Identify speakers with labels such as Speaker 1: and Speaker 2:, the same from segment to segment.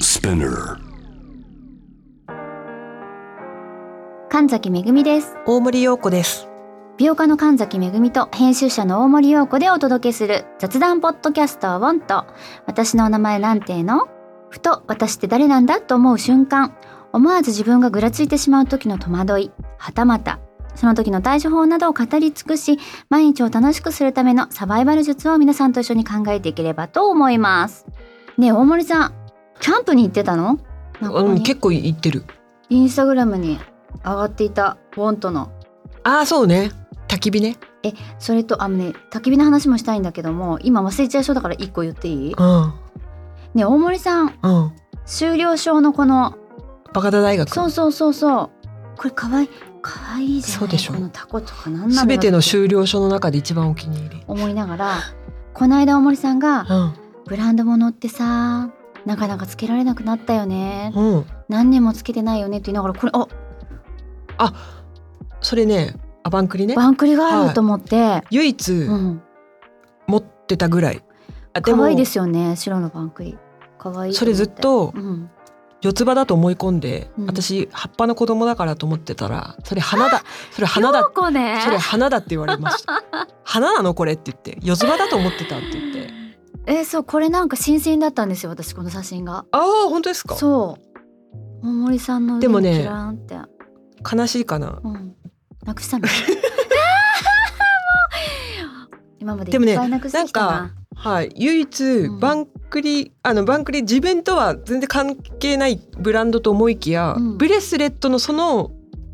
Speaker 1: Spinner.
Speaker 2: 神崎めぐみです
Speaker 3: 大森洋子です。
Speaker 2: 美容家の神崎めぐみと編集者の大森洋子でお届けする雑談ポッドキャストウォンと私のお名前なんてのふと私って誰なんだと思う瞬間思わず自分がぐらついてしまう時の戸惑いはたまたその時の対処法などを語り尽くし毎日を楽しくするためのサバイバル術を皆さんと一緒に考えていければと思いますねえ大森さんキャンプに行ってたのなんかここ
Speaker 3: う
Speaker 2: に
Speaker 3: ん、結構行ってる。
Speaker 2: インスタグラムに上がっていたウォンとの
Speaker 3: ああ、そうね。焚き火ね。
Speaker 2: それとあのね焚き火の話もしたいんだけども今忘れちゃいそうだから一個言っていい
Speaker 3: うん、うん。
Speaker 2: ね大森さん修了証のこの
Speaker 3: バカダ大学。
Speaker 2: そうそうそうそうこれかわいいかわいいじゃない
Speaker 3: そうでしょ
Speaker 2: このタコとかなんな
Speaker 3: す
Speaker 2: んだ
Speaker 3: べての
Speaker 2: って
Speaker 3: 修了書の中で一番お気に入り。
Speaker 2: 思いながらこの間大森さんが「
Speaker 3: う
Speaker 2: ブランド物ってさなかなかつけられなくなったよね
Speaker 3: ん、うん。
Speaker 2: 何年もつけてないよね」って言いながらこれあ
Speaker 3: あ、それね、アバンクリね。
Speaker 2: バンクリがあ
Speaker 3: は
Speaker 2: る
Speaker 3: い
Speaker 2: と思って、
Speaker 3: 唯一
Speaker 2: うん、
Speaker 3: 持ってたぐらい。あ、
Speaker 2: かわいいですよね白のバンクリかわいい
Speaker 3: それずっ
Speaker 2: 思
Speaker 3: と
Speaker 2: てうん、
Speaker 3: 四つ葉だと思い込んで、
Speaker 2: うん
Speaker 3: 私葉っぱの子供だからと思ってたら、それ花だ、それ花だ
Speaker 2: よう、こね
Speaker 3: それ花だって言われま した。花なのこれって言って、四つ葉だと思ってたって言って。
Speaker 2: えーそうこれなんか新鮮だったんですよ私この写真が
Speaker 3: ああ、本当ですか。
Speaker 2: そう大森さんの腕
Speaker 3: でもね
Speaker 2: キラーンって、
Speaker 3: 悲しいかな。
Speaker 2: うん、なくしたの あーもう今まで
Speaker 3: で
Speaker 2: い
Speaker 3: もね
Speaker 2: っぱいなくしてきたな
Speaker 3: はい、唯一
Speaker 2: うん
Speaker 3: バンクリ、あのバンクリ自分とは全然関係ないブランドと思いきや、
Speaker 2: うん
Speaker 3: ブレスレットのその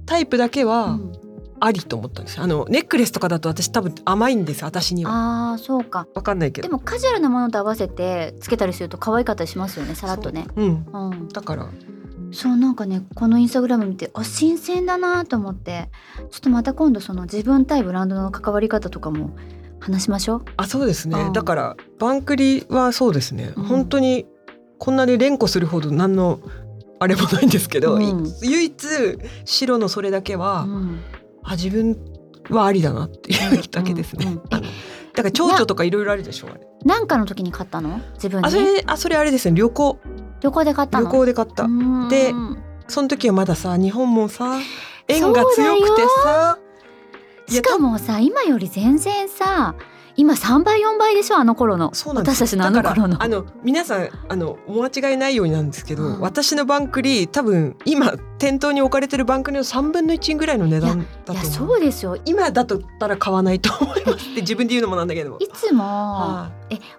Speaker 3: タイプだけ
Speaker 2: う
Speaker 3: は
Speaker 2: ん
Speaker 3: ありと思ったんですよあのネックレスとかだと私多分甘いんです私には
Speaker 2: あーそうか
Speaker 3: わかんないけ
Speaker 2: で
Speaker 3: ど
Speaker 2: もカジュアルなものと合わせてつけたりすると可愛かったりしますよねさらっとね
Speaker 3: うん
Speaker 2: うん、
Speaker 3: だから
Speaker 2: そうなんかねこのインスタグラム見てあ新鮮だなと思ってちょっとまた今度その自分対ブランドの関わり方とかも話しましょう
Speaker 3: あそうですね、
Speaker 2: うん
Speaker 3: だからバンクリはそうですね、
Speaker 2: うん
Speaker 3: 本当にこんなに連呼するほど何のあれもないんですけど、
Speaker 2: うん
Speaker 3: い唯一白のそれだけは、
Speaker 2: うん
Speaker 3: あ自分はありだなっていうだけですね、
Speaker 2: うんうん
Speaker 3: あだから蝶々とかいろいろあるでしょあれ
Speaker 2: なんかの時に買ったの自分
Speaker 3: あそ
Speaker 2: で
Speaker 3: れあそれあれですね旅行
Speaker 2: 旅行で買ったの
Speaker 3: 旅行で買った、
Speaker 2: 行
Speaker 3: でその時はまださ日本もさ縁が強くてさいや
Speaker 2: しかもさ今より全然さ今3倍4倍でしょあの頃の
Speaker 3: そうなんです
Speaker 2: 私たちのあの頃の
Speaker 3: だからあの皆さんあのお間違いないようになんですけど、
Speaker 2: うん
Speaker 3: 私のバンクリー多分今店頭に置かれてるバンクリーの3分の1ぐらいの値段だ
Speaker 2: いや
Speaker 3: と思う
Speaker 2: そうですよい
Speaker 3: 今だとったら買わないと思います って自分で言うのもなんだけども、
Speaker 2: いつも
Speaker 3: は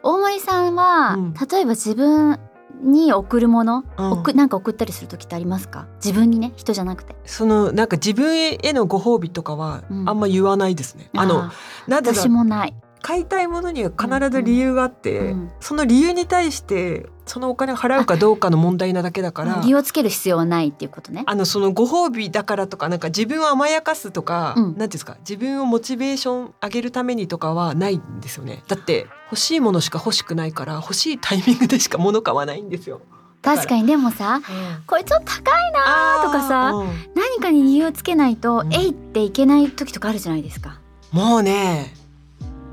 Speaker 2: 大森さんは、
Speaker 3: うん
Speaker 2: 例えば自分に送るもの、
Speaker 3: いうん
Speaker 2: 送なんか送ったりする時ってありますか自分にね人じゃなくて
Speaker 3: そのなんか自分へのご褒美とかは
Speaker 2: うん
Speaker 3: あんま言わないですね、あ
Speaker 2: ー
Speaker 3: のなぜな
Speaker 2: 私もない、
Speaker 3: 買いたいものには必ず理由があって、
Speaker 2: うん
Speaker 3: その理由に対してそのお金を払うかどうかの問題なだけだから
Speaker 2: 理由をつける必要はないっていうことね
Speaker 3: あのそのご褒美だからとかなんか自分を甘やかすとか、
Speaker 2: うん
Speaker 3: なんていうんですか自分をモチベーション上げるためにとかはないんですよねだって欲しいものしか欲しくないから欲しいタイミングでしか物買わないんですよ。
Speaker 2: 確かにでもさこれちょっと高い
Speaker 3: あー
Speaker 2: とかさ
Speaker 3: うん
Speaker 2: 何かに理由をつけないと、
Speaker 3: うん
Speaker 2: えいっていけない時とかあるじゃないですか
Speaker 3: もうね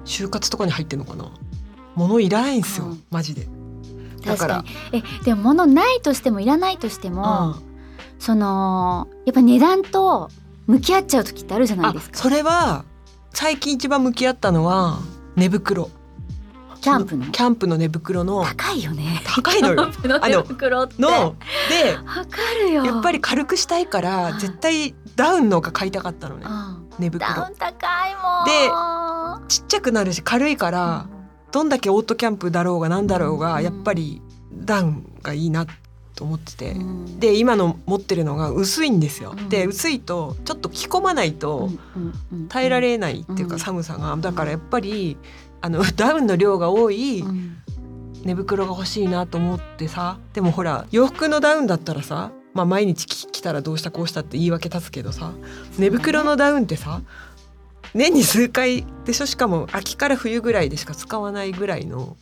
Speaker 3: 就活とかに入ってんのかな物いらないんですよ、
Speaker 2: うん
Speaker 3: マジで。だ
Speaker 2: 確か
Speaker 3: か
Speaker 2: らにえでも物ないとしてもいらないとしても、そのやっぱ値段と向き合っちゃう時ってあるじゃない
Speaker 3: あ
Speaker 2: ですか
Speaker 3: それは最近一番向き合ったのは寝袋
Speaker 2: キャンプの
Speaker 3: キャンプの寝袋の
Speaker 2: 高いよね
Speaker 3: 高 いのよ
Speaker 2: プの手袋って
Speaker 3: の
Speaker 2: わ
Speaker 3: で
Speaker 2: かるよ
Speaker 3: やっぱり軽くしたいから
Speaker 2: うん
Speaker 3: 絶対ダウンのが買いたかったのね
Speaker 2: うん
Speaker 3: 寝
Speaker 2: ダ
Speaker 3: 袋
Speaker 2: ウン高いもん
Speaker 3: ちっちゃくなるし軽いからどんだけオートキャンプだろうがなんだろう
Speaker 2: う
Speaker 3: が
Speaker 2: ん
Speaker 3: やっぱりダウンがいいなと思ってて
Speaker 2: うん
Speaker 3: で今の持ってるのが薄いんですよ
Speaker 2: うん
Speaker 3: で薄いとちょっと着込まないと
Speaker 2: うんうんうん
Speaker 3: 耐えられないっていう
Speaker 2: う
Speaker 3: か
Speaker 2: ん
Speaker 3: 寒さがだからやっぱりあの ダウンの量が多い
Speaker 2: うん
Speaker 3: 寝袋が欲しいなと思ってさでもほら洋服のダウンだったらさ、まあ、毎日着着たらどうしたこうしたって言い訳立つけどさ寝袋のダウンってさ年に数回でしょしかも秋から冬ぐらいでしか使わないぐらいの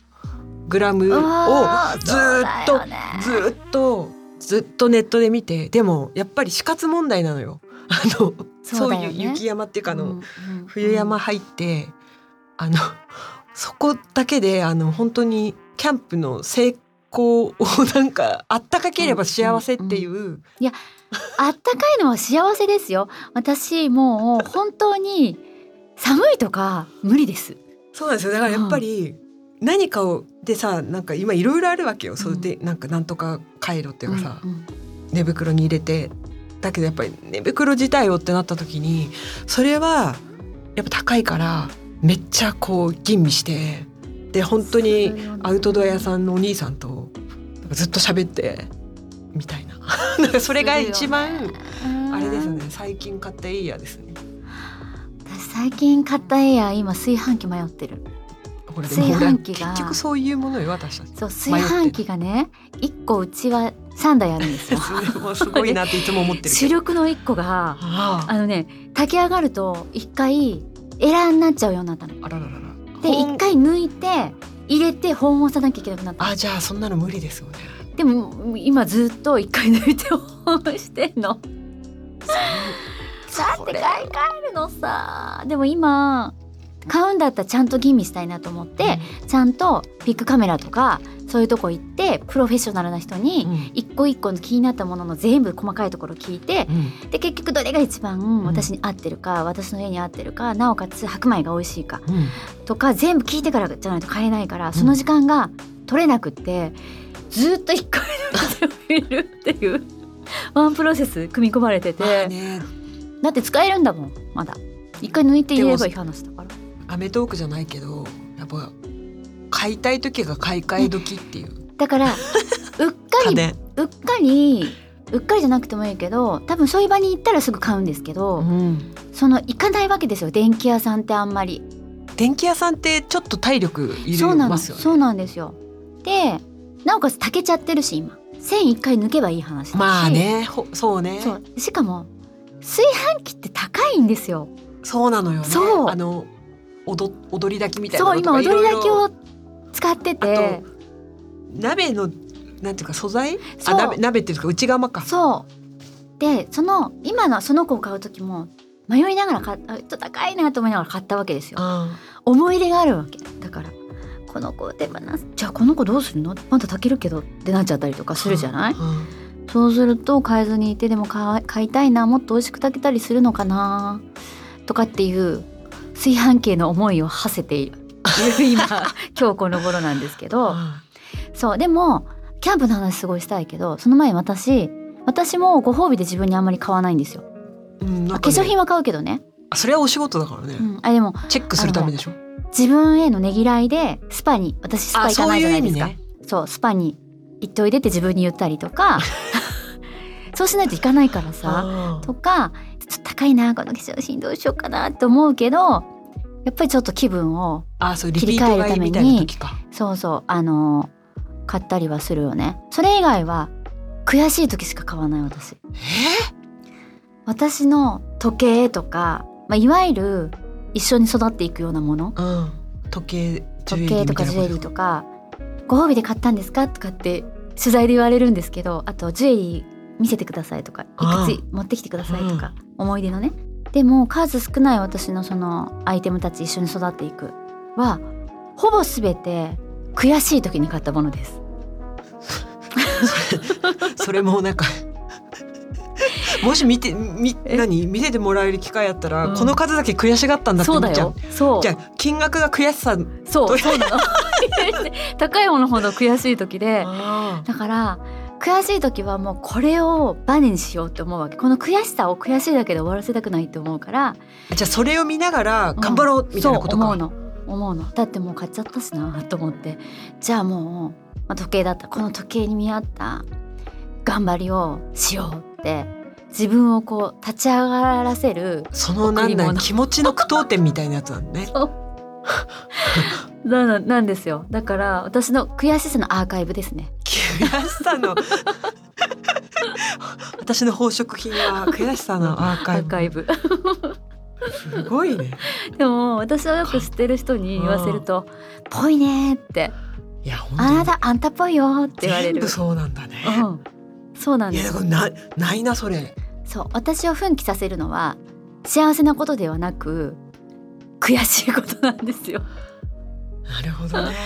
Speaker 3: グラム
Speaker 2: う
Speaker 3: を
Speaker 2: わ
Speaker 3: ずーっと
Speaker 2: そうだよね
Speaker 3: ずーっとずっとネットで見てでもやっぱり死活問題なのよ。あの
Speaker 2: そ
Speaker 3: そうう
Speaker 2: だよね
Speaker 3: いう雪山っていうかあの、
Speaker 2: うんうん
Speaker 3: 冬山入って、 あのそこだけであの本当にキャンプの成子をなんかあったかければ幸せっていう、
Speaker 2: あったかいのは幸せですよ私もう本当に寒いとか無理です
Speaker 3: そうなんですよだからやっぱり何かをでさなんか今いろいろあるわけよ、それでなんかなんとか回路っていうかさ、
Speaker 2: うんうん
Speaker 3: 寝袋に入れてだけどやっぱり寝袋自体をってなった時にそれはやっぱ高いからめっちゃこう吟味してで本当にアウトドア屋さんのお兄さんとなんかずっと喋ってみたい ななんかそれが一番あれですよね最近買ったエイヤーですね
Speaker 2: 私最近買ったエアー今炊飯器迷ってる
Speaker 3: これでも俺は
Speaker 2: 炊飯器が
Speaker 3: 結局そういうものよ私たち
Speaker 2: そう炊飯器がね一個うちは3台あるん ですよ
Speaker 3: それもすごいなっていつも 思ってるけ
Speaker 2: 主
Speaker 3: ど
Speaker 2: 力の一個が
Speaker 3: ああ
Speaker 2: あのね炊き上がると一回エラーになっちゃうようになったの
Speaker 3: あらららら
Speaker 2: で
Speaker 3: ほん
Speaker 2: 一回抜いて入れて保温さなきゃいけなくなった
Speaker 3: あじゃあそんなの無理ですよね
Speaker 2: でも今ずっと一回抜いて保温してんのだっ
Speaker 3: そ
Speaker 2: て
Speaker 3: れ
Speaker 2: 買い替えるのさでも今買うんだったらちゃんと吟味したいなと思って、ちゃんとビッグカメラとかそういうとこ行ってプロフェッショナルな人
Speaker 3: う
Speaker 2: に
Speaker 3: ん
Speaker 2: 一個一個の気になったものの全部細かいところ聞いて
Speaker 3: うん
Speaker 2: で結局どれが一番私に合ってるか、私の家に合ってるかなおかつ白米が美味しいか
Speaker 3: うん
Speaker 2: とか全部聞いてからじゃないと買えないからその時間が取れなくって、ずっと一回で見るっていう ワンプロセス組み込まれてて、
Speaker 3: まあね
Speaker 2: だって使えるんだもんまだ一回抜いて言えばいい話だから
Speaker 3: アメトークじゃないけどやっぱ買いたい時が買い替え時っていう
Speaker 2: だ からうっか
Speaker 3: 家
Speaker 2: り
Speaker 3: 電、
Speaker 2: うっかりうっかりじゃなくてもいいけど多分そういう場に行ったらすぐ買うんですけど、
Speaker 3: うん
Speaker 2: その行かないわけですよ電気屋さんってあんまり
Speaker 3: 電気屋さんってちょっと体力い
Speaker 2: そう
Speaker 3: り
Speaker 2: なの
Speaker 3: ますよね
Speaker 2: そうなんですよでなおかつ炊けちゃってるし今線一回抜けばいい話だし
Speaker 3: まあねほそうねそ
Speaker 2: そううしかも炊飯器って高いんですよ
Speaker 3: なのよね
Speaker 2: そう
Speaker 3: あの踊踊り炊きみたいな
Speaker 2: そう
Speaker 3: のと
Speaker 2: 今
Speaker 3: か
Speaker 2: 踊り
Speaker 3: いろ
Speaker 2: だ
Speaker 3: いろ
Speaker 2: けを使ってて
Speaker 3: あ鍋のなんていうか素材
Speaker 2: そ
Speaker 3: あ
Speaker 2: う
Speaker 3: 鍋鍋っていうか内釜か
Speaker 2: そうでその今のその子を買う時も迷いながら買っあちょっと高いなと思いながら買ったわけですよ
Speaker 3: あ
Speaker 2: 思い入れがあるわけだからこの子を手放すじゃあこの子どうするのまだ炊けるけどってなっちゃったりとかするじゃない、
Speaker 3: うん
Speaker 2: そうすると買えずにいてでも買い買いたいなもっと美味しく炊けたりするのかなとかっていう炊飯器への思いを馳せている 今今日この頃なんですけどそうでもキャンプの話すごいしたいけどその前に私私もご褒美で自分にあんまり買わないんですよ、
Speaker 3: うんな
Speaker 2: まあ
Speaker 3: んか
Speaker 2: 化
Speaker 3: ね
Speaker 2: 粧品は買うけどね、
Speaker 3: あそれはお仕事だからね、
Speaker 2: うん、あでも
Speaker 3: チェックするためでしょ
Speaker 2: 自分へのねぎらいでスパに私スパ
Speaker 3: あ
Speaker 2: 行か
Speaker 3: そ
Speaker 2: な
Speaker 3: う
Speaker 2: いじゃ
Speaker 3: いう
Speaker 2: ない
Speaker 3: 意
Speaker 2: で
Speaker 3: 味
Speaker 2: すか
Speaker 3: ね
Speaker 2: そうスパに行っておいでって自分に言ったりと かそうしないと行かないからさ
Speaker 3: あー
Speaker 2: とかちょっと高いなこの化粧品どうしようかなって思うけどやっぱりちょっと気分を
Speaker 3: あそうリピート買いみたいな時か
Speaker 2: そうそうあのー買ったりはするよねそれ以外は悔しい時しか買わない私
Speaker 3: え
Speaker 2: 私の時計とか、まあ、いわゆる一緒に育っていくようなもの
Speaker 3: うん、時計
Speaker 2: 時計とかジュエリーとかご褒美で買ったんですかとかって取材で言われるんですけどあとジュエリー見せてくださいとかい
Speaker 3: ああ
Speaker 2: くつ持ってきてくださいとか、思い出のねでも数少ない私のそのアイテムたち一緒に育っていくはほぼ全て悔しい時に買ったものです
Speaker 3: それも なんかもし見てみ
Speaker 2: え
Speaker 3: 何見せてもらえる機会やったら、
Speaker 2: うん
Speaker 3: この数だけ悔しがったんだって
Speaker 2: そう
Speaker 3: 思っ
Speaker 2: だ
Speaker 3: ちゃう
Speaker 2: よそう
Speaker 3: じゃあ金額が悔しさ
Speaker 2: そ
Speaker 3: どう
Speaker 2: うそうなの 高いものほど悔しい時で
Speaker 3: あ
Speaker 2: だから悔しい時はもうこれをバネにしようって思うわけこの悔しさを悔しいだけで終わらせたくないって思うから
Speaker 3: ーじゃあそれを見ながら頑張ろうみたいなこと
Speaker 2: そう
Speaker 3: か、
Speaker 2: 思うの思うのだってもう買っちゃったしな と思ってじゃあもう、まあ、時計だったらこの時計に見合った頑張りをしようって自分をこう立ち上がらせる
Speaker 3: そのなん
Speaker 2: 贈り
Speaker 3: だ
Speaker 2: 物
Speaker 3: 気持ちの苦闘点みたいなやつなんだね
Speaker 2: なななんですよだから私の悔しさのアーカイブですね
Speaker 3: 悔しさの 私の宝飾品は悔しさのアー
Speaker 2: ア
Speaker 3: カイ
Speaker 2: ーカ
Speaker 3: ブ
Speaker 2: イブ
Speaker 3: すごいね
Speaker 2: でも私はよく知ってる人に言わせると「ぽいね」って
Speaker 3: いや
Speaker 2: 「
Speaker 3: 本当
Speaker 2: あ
Speaker 3: に
Speaker 2: なたあんたっぽいよ」って言われ
Speaker 3: 全
Speaker 2: る
Speaker 3: 部そうなんだね、
Speaker 2: うん、そうなん
Speaker 3: い
Speaker 2: で
Speaker 3: や
Speaker 2: す
Speaker 3: だからなないなそれ
Speaker 2: そう私を奮起させるのは幸せなことではなく悔しいことなんですよ。
Speaker 3: なるほどね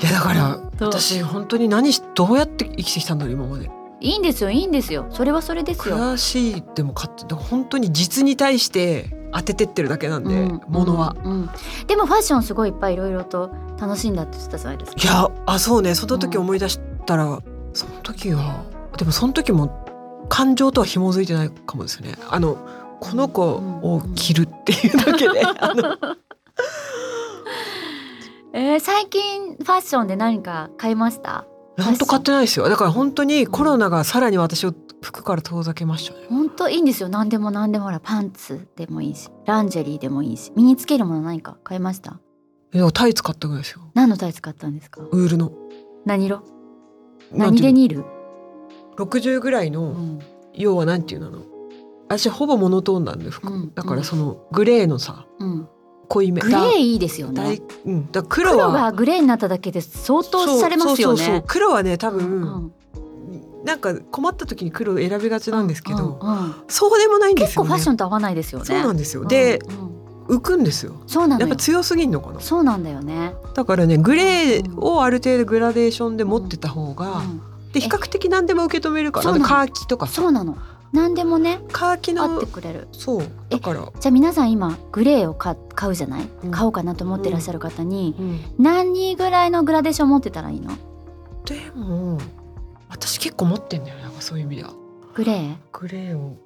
Speaker 3: いやだから
Speaker 2: そう
Speaker 3: 私本当に何しどうやって生きてきたんだろう今まで
Speaker 2: いいんですよいいんですよそれはそれですよ
Speaker 3: 悔しいでも勝ってでも本当に実に対して当ててってるだけなんで、
Speaker 2: うん
Speaker 3: ものは。
Speaker 2: うんうんでもファッションすごいいっぱいいろいろと楽しんだって言ってたじゃないですか
Speaker 3: いやあそうねその時思い出したら、その時はでもその時も感情とは紐づいてないかもですねあのこの子を着るっていうだけ で、あの
Speaker 2: えー最近ファッションで何か買いました
Speaker 3: なんと買ってないですよだから本当にコロナがさらに私を服から遠ざけましたね
Speaker 2: 本当いいんですよ何でも何でもほらパンツでもいいしランジェリーでもいいし身につけるもの何か買いました
Speaker 3: いやタイツ買ったぐらいですよ
Speaker 2: 何のタイツ買ったんですか
Speaker 3: ウールの
Speaker 2: 何色
Speaker 3: なん
Speaker 2: 何
Speaker 3: てい
Speaker 2: で
Speaker 3: うの
Speaker 2: ニール、
Speaker 3: 60ぐらいの、
Speaker 2: うん、
Speaker 3: 要はなんていうのあの私ほぼモノトーンなんで服、
Speaker 2: うん
Speaker 3: だからそのグレーのさ
Speaker 2: うん、
Speaker 3: 濃いめ
Speaker 2: グレーいいですよ
Speaker 3: だだ
Speaker 2: ね
Speaker 3: いうん、だから黒
Speaker 2: 黒
Speaker 3: は
Speaker 2: がグレーになっただけで相当されますよね
Speaker 3: そうそうそう黒はね多分、
Speaker 2: うん
Speaker 3: なんか困った時に黒を選びがちなんですけど、
Speaker 2: うんうん
Speaker 3: そうでもないんで
Speaker 2: 結
Speaker 3: す
Speaker 2: 構
Speaker 3: よね
Speaker 2: ファッションと合わないですよね
Speaker 3: そうなんですよで、
Speaker 2: うんうん
Speaker 3: 浮くんですよ
Speaker 2: そうな
Speaker 3: や
Speaker 2: の
Speaker 3: っ
Speaker 2: よ
Speaker 3: ぱ強すぎんのかな
Speaker 2: そうなんだよね、
Speaker 3: だからねグレーをある程度グラデーションで持ってた方が、
Speaker 2: うん
Speaker 3: で比較的何でも受け止めるから
Speaker 2: そうな
Speaker 3: あの
Speaker 2: の
Speaker 3: カーキとかさ
Speaker 2: そうなの何でもね
Speaker 3: カーキ
Speaker 2: 合っ
Speaker 3: の
Speaker 2: てくれる
Speaker 3: そうだから、
Speaker 2: じゃあ皆さん今グレーを買買うじゃない、
Speaker 3: うん
Speaker 2: 買おうかなと思ってらっしゃる方に、何ぐらいのグラデーション持ってたらいいの
Speaker 3: でも私結構持ってんだよねなんかそういう意味では
Speaker 2: グレー
Speaker 3: グレーを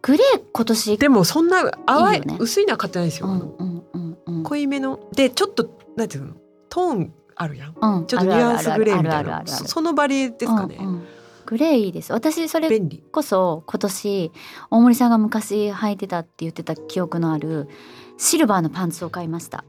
Speaker 2: グレー今年
Speaker 3: でもそんな淡い
Speaker 2: いいよね
Speaker 3: 薄いのは買ってないですよ、
Speaker 2: う
Speaker 3: あ
Speaker 2: ん
Speaker 3: の
Speaker 2: うんうんうん
Speaker 3: 濃いめのでちょっとなんていうのトーンあるやん
Speaker 2: うん
Speaker 3: ちょっとニュアンスグレーみた
Speaker 2: あ
Speaker 3: い
Speaker 2: るあるあるあるあるあ
Speaker 3: な
Speaker 2: るある
Speaker 3: そそのバリエですかね、
Speaker 2: うんうんグレーいいです私それ
Speaker 3: 便利
Speaker 2: こそ今年大森さんが昔履いてたって言ってた記憶のあるシルバーのパンツを買いました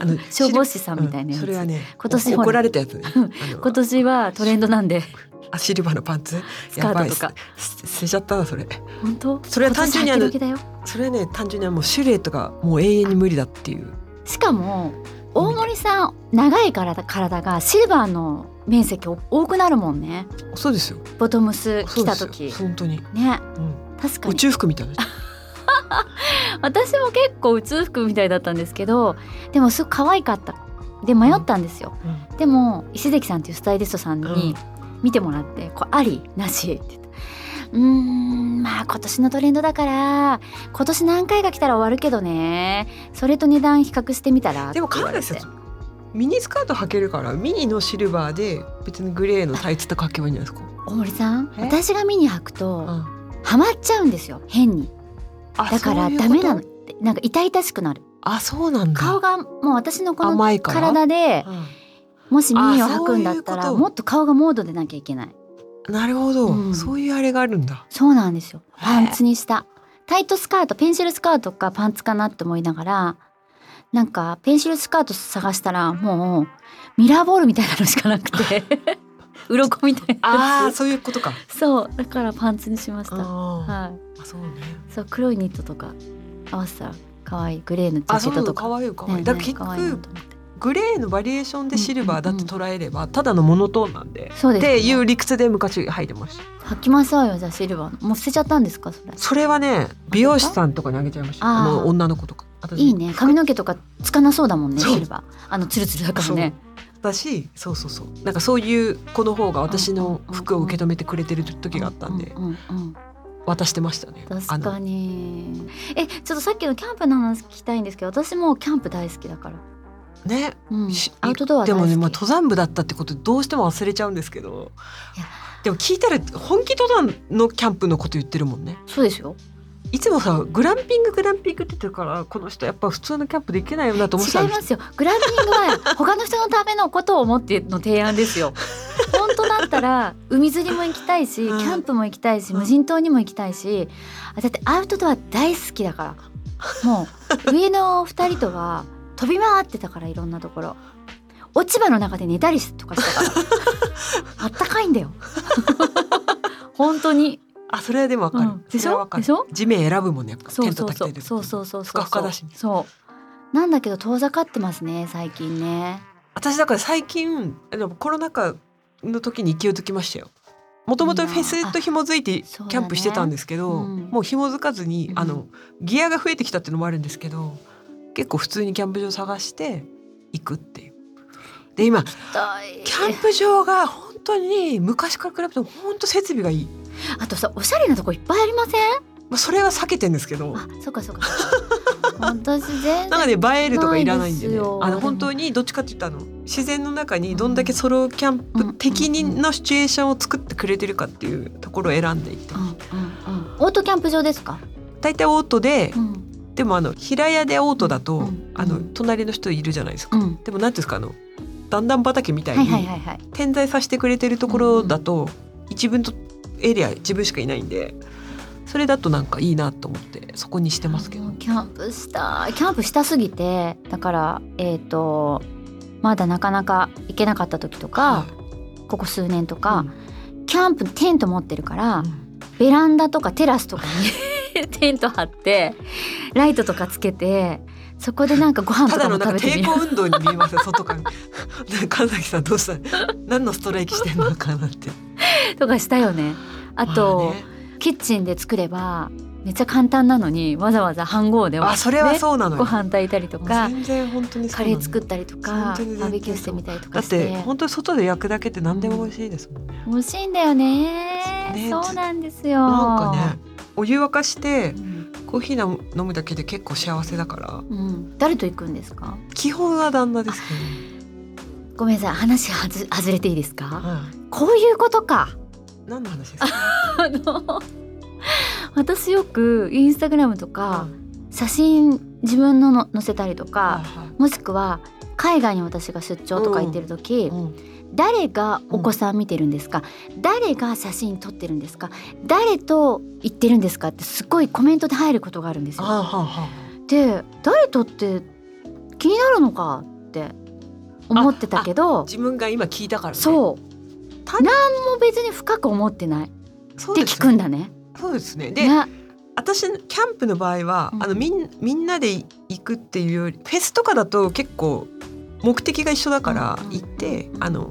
Speaker 3: あの
Speaker 2: 消防士さんみたいな
Speaker 3: う
Speaker 2: や
Speaker 3: ん
Speaker 2: つ、
Speaker 3: それはね
Speaker 2: 今年ほ
Speaker 3: お
Speaker 2: ら
Speaker 3: 怒られたやつねあの
Speaker 2: 今年はトレンドなんで
Speaker 3: あシルバーのパンツ
Speaker 2: スカートと
Speaker 3: や
Speaker 2: か
Speaker 3: 捨て捨てちゃったなそれ
Speaker 2: 本 当
Speaker 3: それは単純にあの
Speaker 2: 今年履き時だよ
Speaker 3: それはね単純にはもうシルエットがもう永遠に無理だっていう
Speaker 2: しかも大森さん長いから体がシルバーの面積多くなるもんね
Speaker 3: そうですよ
Speaker 2: ボトムス
Speaker 3: そ
Speaker 2: 着
Speaker 3: うで
Speaker 2: た
Speaker 3: すよ
Speaker 2: 時
Speaker 3: 本当に、
Speaker 2: ね
Speaker 3: うん、
Speaker 2: 確か
Speaker 3: 宇
Speaker 2: に
Speaker 3: 宙服みたいな
Speaker 2: 私も結構宇宙服みたいだったんですけどでもすごく可愛かったで迷ったんですよ、
Speaker 3: う
Speaker 2: でも石関さんっていうスタイリストさんに見てもらって「これありなし?」って言ったうーんまあ今年のトレンドだから今年何回か来たら終わるけどねそれと値段比較してみたら
Speaker 3: でも
Speaker 2: って言
Speaker 3: 考
Speaker 2: わ
Speaker 3: え
Speaker 2: れ
Speaker 3: で
Speaker 2: て
Speaker 3: すよミニスカート履けるからミニのシルバーで別にグレーのタイツとか履けばいいんじゃないです
Speaker 2: 大森さん
Speaker 3: え
Speaker 2: 私が見に履く
Speaker 3: か、
Speaker 2: と
Speaker 3: ん、
Speaker 2: ハマっちゃうんですよ変に
Speaker 3: あ
Speaker 2: だから
Speaker 3: そういうこ
Speaker 2: ダ
Speaker 3: と
Speaker 2: メなのなんか痛々しくなる
Speaker 3: あそうなんだ
Speaker 2: 顔がもう私のこの
Speaker 3: 甘いから
Speaker 2: 体でもしミニを履くんだった
Speaker 3: あそういう
Speaker 2: ら
Speaker 3: こと
Speaker 2: もっと顔がモードでなきゃいけない
Speaker 3: うんなるほど、
Speaker 2: うん
Speaker 3: そういうあれがあるんだ
Speaker 2: そうなんですよパン
Speaker 3: へ
Speaker 2: ツにしたタイトスカートペンシルスカートかパンツかなって思いながらなんかペンシルスカート探したらもうミラーボールみたいなのしかなく て鱗みたいな
Speaker 3: あ
Speaker 2: や
Speaker 3: あ そういう ことか
Speaker 2: つそうだからパンツにしました
Speaker 3: あ
Speaker 2: はい
Speaker 3: ーあそうね
Speaker 2: そう黒いニットとか合わせたら可愛いグレーのジ
Speaker 3: あ
Speaker 2: ャケ
Speaker 3: そう
Speaker 2: ッ
Speaker 3: な
Speaker 2: ト
Speaker 3: の
Speaker 2: とか
Speaker 3: 可愛い可
Speaker 2: ね
Speaker 3: 愛
Speaker 2: え
Speaker 3: い
Speaker 2: ね
Speaker 3: だから結
Speaker 2: 可愛いな
Speaker 3: 局
Speaker 2: と思って
Speaker 3: グレーのバリエーションでシルバーだって捉えればただのモノトーンなんで
Speaker 2: そう
Speaker 3: っ
Speaker 2: ですね
Speaker 3: ていう理屈で昔履いてました
Speaker 2: 履きましょうよじゃあシルバーのもう捨てちゃったんですかそれ
Speaker 3: それはね美容師さんとかにあげちゃいました
Speaker 2: あー
Speaker 3: あの女の子とか私
Speaker 2: いいね髪の毛とかつかなそうだもんね
Speaker 3: そう
Speaker 2: シルバーあのツルツルだからね
Speaker 3: だしそうそうそうなんかそういう子の方が私の服を受け止めてくれてる時があったんで
Speaker 2: うんうんうん
Speaker 3: 渡してましたねあ
Speaker 2: 確
Speaker 3: の
Speaker 2: かにえちょっとさっきのキャンプの話聞きたいんですけど私もキャンプ大好きだから、
Speaker 3: ね
Speaker 2: うん
Speaker 3: し、
Speaker 2: アウトドア大好き
Speaker 3: でもね、まあ、登山部だったってことどうしても忘れちゃうんですけど
Speaker 2: いや
Speaker 3: でも聞いたら本気登山のキャンプのこと言ってるもんね
Speaker 2: そうですよ
Speaker 3: いつもさグランピンググランピングって言ってるからこの人やっぱ普通のキャンプできないよなと思ってた
Speaker 2: 違
Speaker 3: ん
Speaker 2: い
Speaker 3: です
Speaker 2: ますよグランピングは他の人のためのことを思っての提案です よ本当だったら海釣りも行きたいしキ
Speaker 3: うん
Speaker 2: ャンプも行きたいし
Speaker 3: うん
Speaker 2: 無人島にも行きたいしあだってアウトドア大好きだからもう上の2人とは飛び回ってたからいろんなところ落ち葉の中で寝たりとかしたから あったかいんだよ本当に
Speaker 3: あそれはでもわかる、
Speaker 2: うんでし
Speaker 3: それはわ
Speaker 2: ょ
Speaker 3: か
Speaker 2: で
Speaker 3: る
Speaker 2: しょ
Speaker 3: 地面選ぶもんねやっぱ
Speaker 2: そ
Speaker 3: テ
Speaker 2: う
Speaker 3: ント
Speaker 2: そう
Speaker 3: 炊
Speaker 2: そ
Speaker 3: き
Speaker 2: う
Speaker 3: てる
Speaker 2: そうそうそうそう
Speaker 3: ふかふかだしね
Speaker 2: そうなんだけど遠ざかってますね最近ね
Speaker 3: 私だから最近でもコロナ禍の時に勢いづきましたよもともとフェスと紐づいてキ
Speaker 2: そうだね
Speaker 3: ャンプしてたんですけど、
Speaker 2: うん
Speaker 3: もう紐づかずに、
Speaker 2: うん
Speaker 3: あのギアが増えてきたっていうのもあるんですけど結構普通にキャンプ場探して行くっていうで今
Speaker 2: 痛い
Speaker 3: キャンプ場が本当に昔から比べても本当設備がいい、
Speaker 2: あとさおしゃれなとこいっぱいありません
Speaker 3: まあ、それは避けてんですけど
Speaker 2: あそっかそっか私全
Speaker 3: な
Speaker 2: 然
Speaker 3: ので映えるとかいらないんでね
Speaker 2: ないですよ
Speaker 3: あ
Speaker 2: で
Speaker 3: の
Speaker 2: も
Speaker 3: 本当にどっちかって言ったらあの自然の中にどんだけソロキャンプ的にのシチュエーションを作ってくれてるかっていうところを選んでいきたい
Speaker 2: うんうんうんオートキャンプ場ですか、
Speaker 3: 大体オートで
Speaker 2: うん
Speaker 3: でもあの平屋でオートだと、
Speaker 2: うん
Speaker 3: あの隣の人いるじゃないです
Speaker 2: う
Speaker 3: か、
Speaker 2: ん、
Speaker 3: でもなんていうんですかあの段々畑みたい
Speaker 2: はいはい
Speaker 3: に
Speaker 2: はいはい
Speaker 3: 点在させてくれてるところだと、一分とエリア自分しかいないんでそれだとなんかいいなと思ってそこにしてますけど
Speaker 2: もうキャンプしたキャンプしたすぎてだからえっ、とまだなかなか行けなかった時とか、ここ数年とか、キャンプテント持ってるから、
Speaker 3: うん
Speaker 2: ベランダとかテラスとかに テント張ってライトとかつけてそこでなんかご飯
Speaker 3: た
Speaker 2: とか
Speaker 3: だの
Speaker 2: も
Speaker 3: なん
Speaker 2: 食べ
Speaker 3: か
Speaker 2: てみ
Speaker 3: 抵
Speaker 2: る
Speaker 3: 抗運動に見えますよ外から 神崎さんどうした 何のストライキしてんのかなって
Speaker 2: とかしたよね。あと、
Speaker 3: まあね
Speaker 2: キッチンで作ればめっちゃ簡単なのにわざわざ飯盒で
Speaker 3: あそれは
Speaker 2: ね
Speaker 3: そうなの
Speaker 2: ご
Speaker 3: よ、
Speaker 2: 飯炊いたりとか
Speaker 3: 全然本当にそう
Speaker 2: カ
Speaker 3: なの
Speaker 2: レ
Speaker 3: よ
Speaker 2: ー作ったりと
Speaker 3: 本
Speaker 2: かバ
Speaker 3: 当に全然
Speaker 2: ーベキューしてみたりと
Speaker 3: だ
Speaker 2: か
Speaker 3: っ
Speaker 2: してて
Speaker 3: 本当に外で焼くだけって何でも美味しいですもんね、
Speaker 2: 美味しいんだよね
Speaker 3: ね
Speaker 2: そうなんですよ
Speaker 3: なんかねお湯沸かして
Speaker 2: うん
Speaker 3: コーヒー飲むだけで結構幸せだから
Speaker 2: うん、誰と行くんですか
Speaker 3: 基本は旦那ですけど
Speaker 2: ごめんなさい話はず外れていいですか
Speaker 3: は
Speaker 2: こういうことか
Speaker 3: い何の話ですか
Speaker 2: あの私よくインスタグラムとか写真自分のの載せたりと
Speaker 3: はい
Speaker 2: か
Speaker 3: は
Speaker 2: もしくは海外に私が出張とか行ってる時、
Speaker 3: いうん
Speaker 2: 誰がお子さん見てるんですか、誰が写真撮ってるんですか誰と行ってるんですかってすごいコメントで入ることがあるんです
Speaker 3: あ
Speaker 2: よ。
Speaker 3: ははは
Speaker 2: で誰とって気になるのかって思ってたけど
Speaker 3: 自分が今聞いたから、ね、う
Speaker 2: そう
Speaker 3: た
Speaker 2: 何も別に深く思ってないっ
Speaker 3: そう
Speaker 2: て
Speaker 3: で
Speaker 2: 聞
Speaker 3: す
Speaker 2: くんだね。
Speaker 3: そうですねで
Speaker 2: ね
Speaker 3: 私キャンプの場合は、
Speaker 2: うん
Speaker 3: あのみんみんなで行くっていうよりフェスとかだと結構目的が一緒だから
Speaker 2: うん
Speaker 3: 行って、
Speaker 2: うん
Speaker 3: あの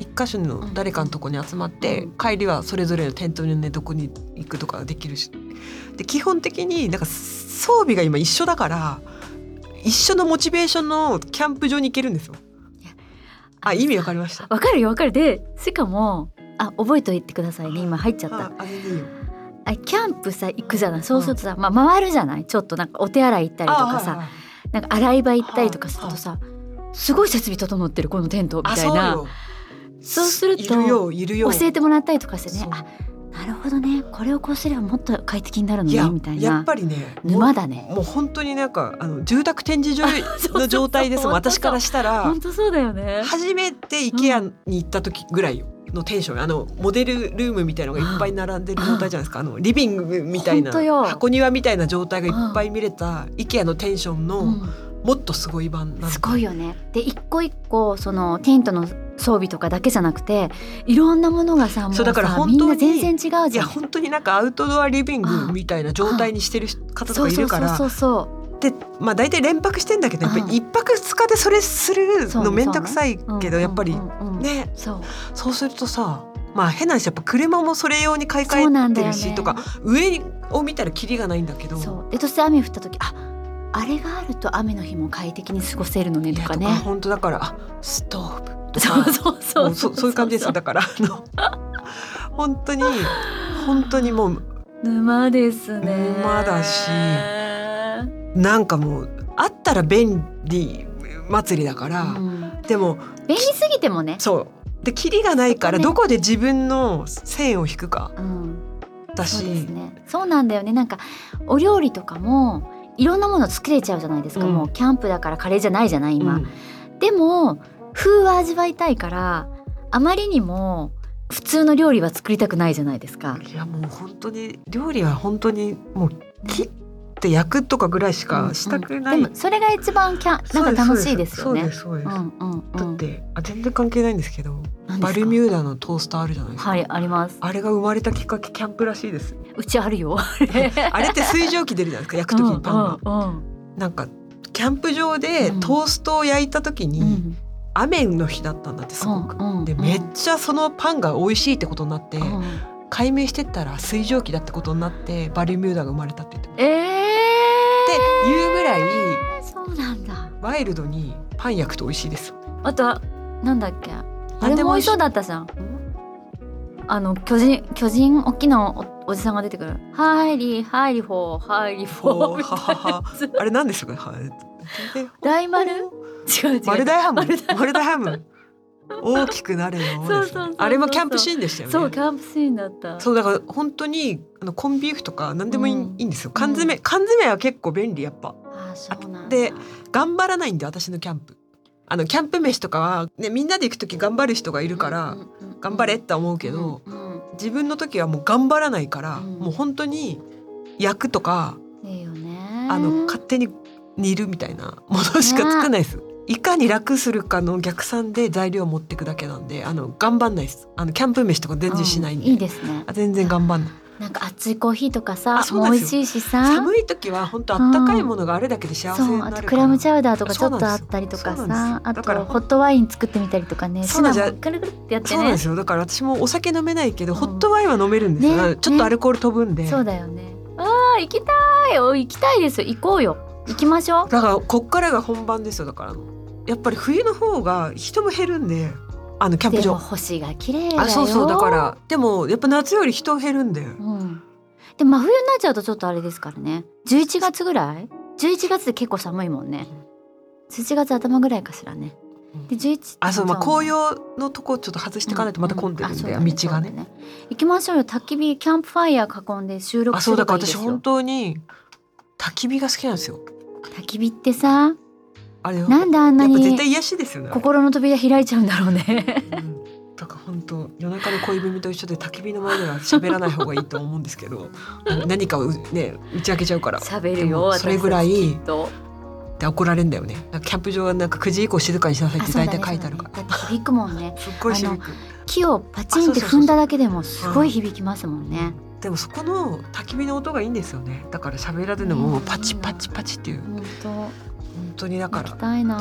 Speaker 3: 一箇所の誰かのとこに集まって、
Speaker 2: うん
Speaker 3: 帰りはそれぞれのテントの寝床に行くとかできるしで基本的になんか装備が今一緒だから一緒のモチベーションのキャンプ場に行けるんですよ。あ意味わかりました。
Speaker 2: わかるよわかるでしかもあ覚えておいてくださいね今入っちゃった
Speaker 3: ああれでいいよ
Speaker 2: あキャンプさ行くじゃないそうするとさ、まあ、回るじゃないちょっとなんかお手洗い行ったりとかさ
Speaker 3: あはい
Speaker 2: なんか洗い場行ったりとかするとさ、すごい設備整ってるこのテントみ
Speaker 3: あ
Speaker 2: た
Speaker 3: そ
Speaker 2: いうな
Speaker 3: よ。
Speaker 2: そうすると
Speaker 3: いるよいるよ。
Speaker 2: 教えてもらったりとかして
Speaker 3: そ
Speaker 2: ね
Speaker 3: う
Speaker 2: あなるほどねこれをこうすればもっと快適になるの
Speaker 3: い
Speaker 2: ね
Speaker 3: や
Speaker 2: みたい
Speaker 3: やっ
Speaker 2: な
Speaker 3: ぱりね
Speaker 2: 沼だね
Speaker 3: もう本当になんかあの住宅展 示場の状態ですもん
Speaker 2: そうそうそう
Speaker 3: 私からしたら
Speaker 2: 本当そうだよね
Speaker 3: 初めて IKEA に行った時ぐらいのテンションあのモデルルームみたいのがいっぱい並んでる状態じゃないですかあのリビングみたいな
Speaker 2: 本当よ
Speaker 3: 箱庭みたいな状態がいっぱい見れた IKEA のテンション
Speaker 2: う
Speaker 3: の
Speaker 2: ん
Speaker 3: もっとすごい版なんです
Speaker 2: ごいよねで一個一個そのテントの装備とかだけじゃなくていろんなものがさもう
Speaker 3: そうだから
Speaker 2: さ
Speaker 3: 本当に
Speaker 2: みんな全然違う
Speaker 3: い
Speaker 2: じゃ
Speaker 3: や
Speaker 2: ん
Speaker 3: 本当になんかアウトドアリビングみたいな状態にしてる方と
Speaker 2: そ
Speaker 3: か
Speaker 2: う
Speaker 3: い
Speaker 2: そ
Speaker 3: る
Speaker 2: う
Speaker 3: か
Speaker 2: そう
Speaker 3: ら
Speaker 2: そうそ
Speaker 3: でまあ大体連泊してんだけどやっぱ
Speaker 2: うん
Speaker 3: り一泊二日でそれする
Speaker 2: そうね
Speaker 3: の面倒くさいうけどやっぱり
Speaker 2: うんうんうんうん
Speaker 3: ね
Speaker 2: そう
Speaker 3: そうするとさまあ変な話やっぱ車もそれ用に買い
Speaker 2: そうな
Speaker 3: 替
Speaker 2: んだ
Speaker 3: えて
Speaker 2: よ
Speaker 3: る
Speaker 2: ね
Speaker 3: し、とか上を見たらキリがないんだけど
Speaker 2: そうでそして雨降った時ああれがあると雨の日も快適に過ごせるのね
Speaker 3: い
Speaker 2: と
Speaker 3: や
Speaker 2: か
Speaker 3: と
Speaker 2: ね
Speaker 3: か本当だからあストーブと
Speaker 2: そう
Speaker 3: か
Speaker 2: そうそ
Speaker 3: も
Speaker 2: う
Speaker 3: うそそういう感じですよだからあの本当に本当にもう
Speaker 2: 沼ですね
Speaker 3: 沼だしなんかもうあったら便利祭りだから、
Speaker 2: うん
Speaker 3: でも
Speaker 2: 便利すぎてもね
Speaker 3: そうでキリがないから
Speaker 2: そこ
Speaker 3: どこで自分の線を引くか
Speaker 2: うん
Speaker 3: だ
Speaker 2: そう
Speaker 3: し、
Speaker 2: ですねそうなんだよねなんかお料理とかもいろんなもの作れちゃうじゃないですか、
Speaker 3: うん
Speaker 2: もうキャンプだからカレーじゃないじゃない今、
Speaker 3: うん
Speaker 2: でも風は味わいたいからあまりにも普通の料理は作りたくないじゃないですか
Speaker 3: いやもう本当に料理は本当にもう切って焼くとかぐらいしかしたくない、
Speaker 2: うんでもそれが一番キャンなんか楽しいですよね
Speaker 3: そうですそうですそうです
Speaker 2: うんうんうん
Speaker 3: だってあ全然関係ないんですけど
Speaker 2: 何ですか
Speaker 3: バルミューダのトースターあるじゃないですか、
Speaker 2: はいあります
Speaker 3: あれが生まれたきっかけキャンプらし いです
Speaker 2: うちあるよあれ
Speaker 3: あれって水蒸気出るじゃないですか焼くときにパンが、
Speaker 2: うんうん
Speaker 3: なんかキャンプ場で
Speaker 2: うん
Speaker 3: トーストを焼いた時に、
Speaker 2: うんうん
Speaker 3: 雨の日だったんだってすごく、
Speaker 2: うんうん
Speaker 3: で
Speaker 2: うん
Speaker 3: めっちゃそのパンが美味しいってことになって、
Speaker 2: うん
Speaker 3: 解明してったら水蒸気だってことになってバルミューダが生まれたって言ってま
Speaker 2: え
Speaker 3: すっていうぐらい
Speaker 2: ー、そうなんだ
Speaker 3: ワイルドにパン焼くと美味しいですよね。
Speaker 2: あとはなんだっけあ
Speaker 3: なん
Speaker 2: れ
Speaker 3: で
Speaker 2: も
Speaker 3: も
Speaker 2: 美味
Speaker 3: 美味
Speaker 2: し
Speaker 3: し
Speaker 2: そうだったじゃんあの巨人巨人大きなおおじさんが出てくる「はいりはいりほーはいりほー」みたいなやつ
Speaker 3: あれ何でしたかはい
Speaker 2: 大 丸違う違う
Speaker 3: 丸大ハム
Speaker 2: 丸大
Speaker 3: 丸大ハム大きくなれよ
Speaker 2: そうそう
Speaker 3: ですね
Speaker 2: そうそう
Speaker 3: あれもキャンプシーンでしたよね
Speaker 2: そうキャンプシーンだった
Speaker 3: そうだから本当にあのコンビーフとか何でもいい,、
Speaker 2: うん
Speaker 3: いいんですよ缶詰缶詰は結構便利やっぱ
Speaker 2: あそうなんだ
Speaker 3: で頑張らないんで私のキャンプあのキャンプ飯とかは、ね、みんなで行く時頑張る人がいるから
Speaker 2: うんうんうん
Speaker 3: 頑張れって思うけど、
Speaker 2: うんうん
Speaker 3: 自分の時はもう頑張らないから、
Speaker 2: うん
Speaker 3: もう本当に焼くとか
Speaker 2: いいよね
Speaker 3: あの勝手に煮るみたいな ものしか作んないです。いかに楽するかの逆算で材料を持っていくだけなんであの頑張んないですあのキャンプ飯とか全然しない
Speaker 2: う
Speaker 3: んで、
Speaker 2: んいいですね
Speaker 3: あ全然頑張んない
Speaker 2: なんか熱いコーヒーとかさ
Speaker 3: あそう
Speaker 2: もう
Speaker 3: なん
Speaker 2: 美
Speaker 3: で
Speaker 2: 味
Speaker 3: す
Speaker 2: しいしさ
Speaker 3: 寒い時は本当あったかいものがあるだけで幸せ
Speaker 2: そ
Speaker 3: に
Speaker 2: うあ
Speaker 3: なるから、
Speaker 2: とクラムチャウダーとかち
Speaker 3: そ
Speaker 2: ょ
Speaker 3: うな
Speaker 2: っとあ
Speaker 3: んです
Speaker 2: ったりとか
Speaker 3: そうな
Speaker 2: さ
Speaker 3: んです
Speaker 2: あと
Speaker 3: だから
Speaker 2: ホットワイン作ってみたりとかね
Speaker 3: そうなんです
Speaker 2: シナモンくるくるってやって
Speaker 3: そうなん
Speaker 2: ね
Speaker 3: ですよだから私もお酒飲めないけど、
Speaker 2: うん
Speaker 3: ホットワインは飲めるんですが、
Speaker 2: ね
Speaker 3: ちょっとアルコール飛ぶんで、
Speaker 2: そうだよねあー行きたいお行きたいですよ行こうよ行きましょう
Speaker 3: だからこっからが本番ですよだからやっぱり冬の方が人も減るんであのキャンプ
Speaker 2: でも
Speaker 3: 場
Speaker 2: 星が綺麗だよ
Speaker 3: あそうそうだからでもやっぱ夏より人減るんで
Speaker 2: うんでも真冬になっちゃうとちょっとあれですからね11月ぐらい11月で結構寒いもんね11月頭ぐらいかしらねで11
Speaker 3: あそうまあ
Speaker 2: ね
Speaker 3: 紅葉のとこちょっと外していかないとまた混んでるんで、
Speaker 2: ううあ
Speaker 3: 道がね
Speaker 2: そうだ行きましょうよ焚き火キャンプファイヤー囲んで収録
Speaker 3: あ
Speaker 2: す
Speaker 3: そう
Speaker 2: れ
Speaker 3: だ
Speaker 2: ば
Speaker 3: か
Speaker 2: いい
Speaker 3: ら
Speaker 2: です
Speaker 3: 私
Speaker 2: よ
Speaker 3: 本当に焚き火が好きなんですよ
Speaker 2: 焚き火ってさ
Speaker 3: あれは
Speaker 2: なんであんな
Speaker 3: やっぱ
Speaker 2: に
Speaker 3: 絶対癒しですよねあれ
Speaker 2: 心の扉開いちゃうんだろうね
Speaker 3: うんだから本当夜中の恋文と一緒で焚き火の前では喋らない方がいいと思うんですけどな何かをね打ち明けちゃうから
Speaker 2: 喋
Speaker 3: で
Speaker 2: るよ
Speaker 3: も
Speaker 2: 私
Speaker 3: それぐらい
Speaker 2: きっと
Speaker 3: で怒られんだよねなんかキャンプ場はなんか9時以降静かにしなさいって
Speaker 2: そう
Speaker 3: 大
Speaker 2: だね
Speaker 3: 体書いてあるから、
Speaker 2: そうだねだって響くもんね
Speaker 3: すっごい響く
Speaker 2: 木をパチンって踏んだだけでもすごい響きますもんね
Speaker 3: でもそこの焚き火の音がいいんですよねだから喋らずにもパチパチパチっていう
Speaker 2: 本当
Speaker 3: 本当にだか
Speaker 2: 行
Speaker 3: ら
Speaker 2: き
Speaker 3: だか
Speaker 2: たいな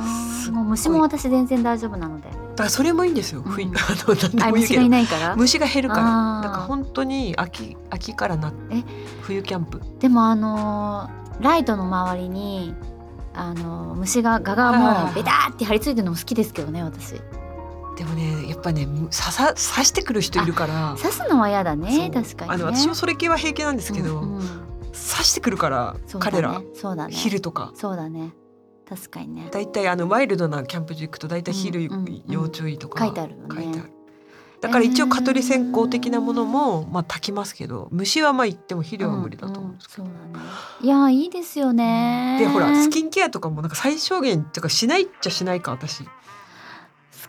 Speaker 2: あ
Speaker 3: すっごい
Speaker 2: もう虫も私全然大丈夫なので
Speaker 3: らそれもいいんですよ、
Speaker 2: うん
Speaker 3: ふいあの何で
Speaker 2: あ
Speaker 3: もいい
Speaker 2: 虫
Speaker 3: け
Speaker 2: が
Speaker 3: ど
Speaker 2: いないから
Speaker 3: 虫が減るから
Speaker 2: あー
Speaker 3: だから本当に秋秋からな
Speaker 2: え
Speaker 3: 冬キャンプ
Speaker 2: でもあのーライトの周りにあのー虫がガが
Speaker 3: はいはい
Speaker 2: も
Speaker 3: は
Speaker 2: う
Speaker 3: い
Speaker 2: ベターって張り付いてるのも好きですけどね私
Speaker 3: でもねやっぱね刺さ刺してくる人い るから
Speaker 2: 刺すのは嫌だ
Speaker 3: そ
Speaker 2: ね
Speaker 3: う
Speaker 2: 確かにね
Speaker 3: あの私もそれ系は平気なんですけど、
Speaker 2: うんうん
Speaker 3: 刺してくるから、
Speaker 2: そうだね
Speaker 3: 彼ら
Speaker 2: そうだね
Speaker 3: 昼とか
Speaker 2: そうだね確かにね
Speaker 3: だいたいあのワイルドなキャンプ場行くとだいたい昼
Speaker 2: うんうん
Speaker 3: 要注意とか
Speaker 2: 書いてあるよね
Speaker 3: 書いてあるだから一応蚊取り線香的なものもまあ炊きますけど虫はまあ言っても肥料は無理だと思うんですけど、
Speaker 2: んんそうだねいやーいいですよね
Speaker 3: でほらス
Speaker 2: ス
Speaker 3: キンケアとかもなんか最小限とかしないっちゃしないか私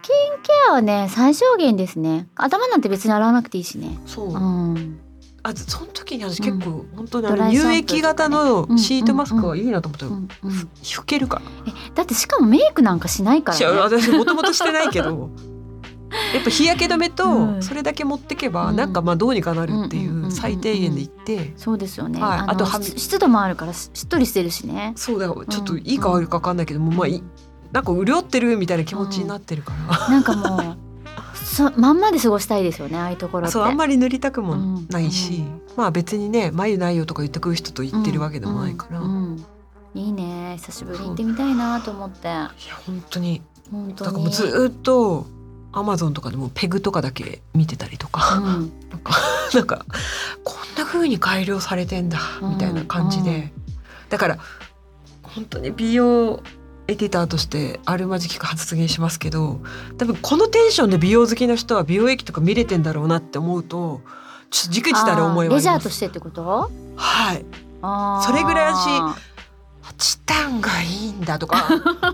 Speaker 2: キンケアはね最小限ですね頭なんて別に洗わなくていいしね
Speaker 3: そう、
Speaker 2: うん
Speaker 3: あその時に私結構本当にあ
Speaker 2: ドラ
Speaker 3: の
Speaker 2: イシャンプーとか
Speaker 3: 乳
Speaker 2: ね
Speaker 3: 液型のシートマスクはいいなと思った
Speaker 2: う
Speaker 3: よ、
Speaker 2: んうん
Speaker 3: ふけるから
Speaker 2: えだってしかもメイクなんかしないから
Speaker 3: 違う
Speaker 2: ね
Speaker 3: 私もともとしてない けどやっぱ日焼け止め
Speaker 2: う
Speaker 3: と
Speaker 2: ん
Speaker 3: それだけ持ってけば
Speaker 2: うん
Speaker 3: なんかまあどうにかなるってい
Speaker 2: うんうんうんうん
Speaker 3: う最低限でいって
Speaker 2: そうですよね、
Speaker 3: はい
Speaker 2: あの
Speaker 3: あとはみ
Speaker 2: し湿度もあるからししっとりしてるしね
Speaker 3: そうだよちょっといいか悪いか分かんないけどもうまあいなんか潤ってるみたいな気持ちになってるから、
Speaker 2: なんかも うそまんまで過ごしたいですよねああいうところって
Speaker 3: そうあんまり塗りたくも
Speaker 2: うん
Speaker 3: ないし、まあ別にね眉ないよとか言ってくる人と言ってるわけでもないから、
Speaker 2: うんうんいいね久しぶりに行ってみたいなと思って
Speaker 3: いや本当に
Speaker 2: 本当
Speaker 3: だから
Speaker 2: に
Speaker 3: もうずーっとアマゾンとかでもペグとかだけ見てたりとか、
Speaker 2: うん
Speaker 3: なんかなんかこんな風に改良されてんだ
Speaker 2: うん
Speaker 3: みたいな感じで、
Speaker 2: うん
Speaker 3: だから本当に美容エディターとしてあるまじきく発言しますけど多分このテンションで美容好きな人は美容液とか見れてんだろうなって思うとちょっとじくじたる思い
Speaker 2: あー
Speaker 3: はあ
Speaker 2: レ
Speaker 3: り
Speaker 2: ジャ
Speaker 3: ま
Speaker 2: ーと
Speaker 3: す
Speaker 2: してってこと
Speaker 3: はい
Speaker 2: あー
Speaker 3: それぐらい私チタンがいいんだ とかなんか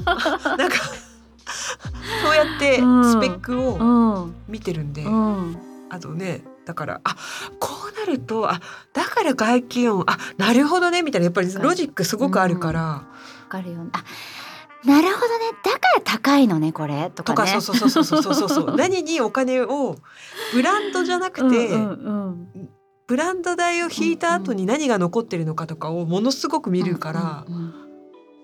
Speaker 3: そうやって
Speaker 2: うん
Speaker 3: スペック
Speaker 2: う
Speaker 3: を
Speaker 2: ん
Speaker 3: 見てるんで、
Speaker 2: うん
Speaker 3: あとねだからあこうなるとあだから外気温あなるほどねみたいなやっぱりロジックすごくあるから、
Speaker 2: わかるよねあなるほどねだから高いのねこれとか
Speaker 3: と
Speaker 2: ね
Speaker 3: かそうそうそうそうそうそう そう何にお金をブランドじゃなくて、
Speaker 2: うんうんうん
Speaker 3: ブランド代を引いた後に何が残ってるのかとかをものすごく見るから、
Speaker 2: うんうんうん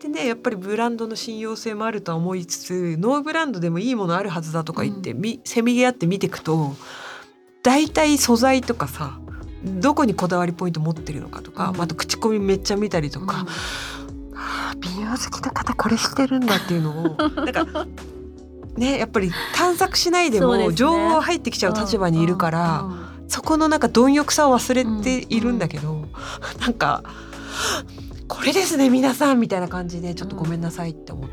Speaker 3: でねやっぱりブランドの信用性もあるとは思いつつノーブランドでもいいものあるはずだとか言って、みせめぎ合って見ていくと大体素材とかさどこにこだわりポイント持ってるのかとか、
Speaker 2: うん
Speaker 3: あと口コミめっちゃ見たりとか、 美容好きの方これしてるんだっていうのをなんかねやっぱり探索しないで
Speaker 2: そうです
Speaker 3: も
Speaker 2: ね
Speaker 3: 情報が入ってきちゃう立場にいるから、
Speaker 2: うんうん
Speaker 3: そこのなんか貪欲さを忘れているんだけど、 なんかこれですね皆さんみたいな感じでちょっとごめんなさいって思っ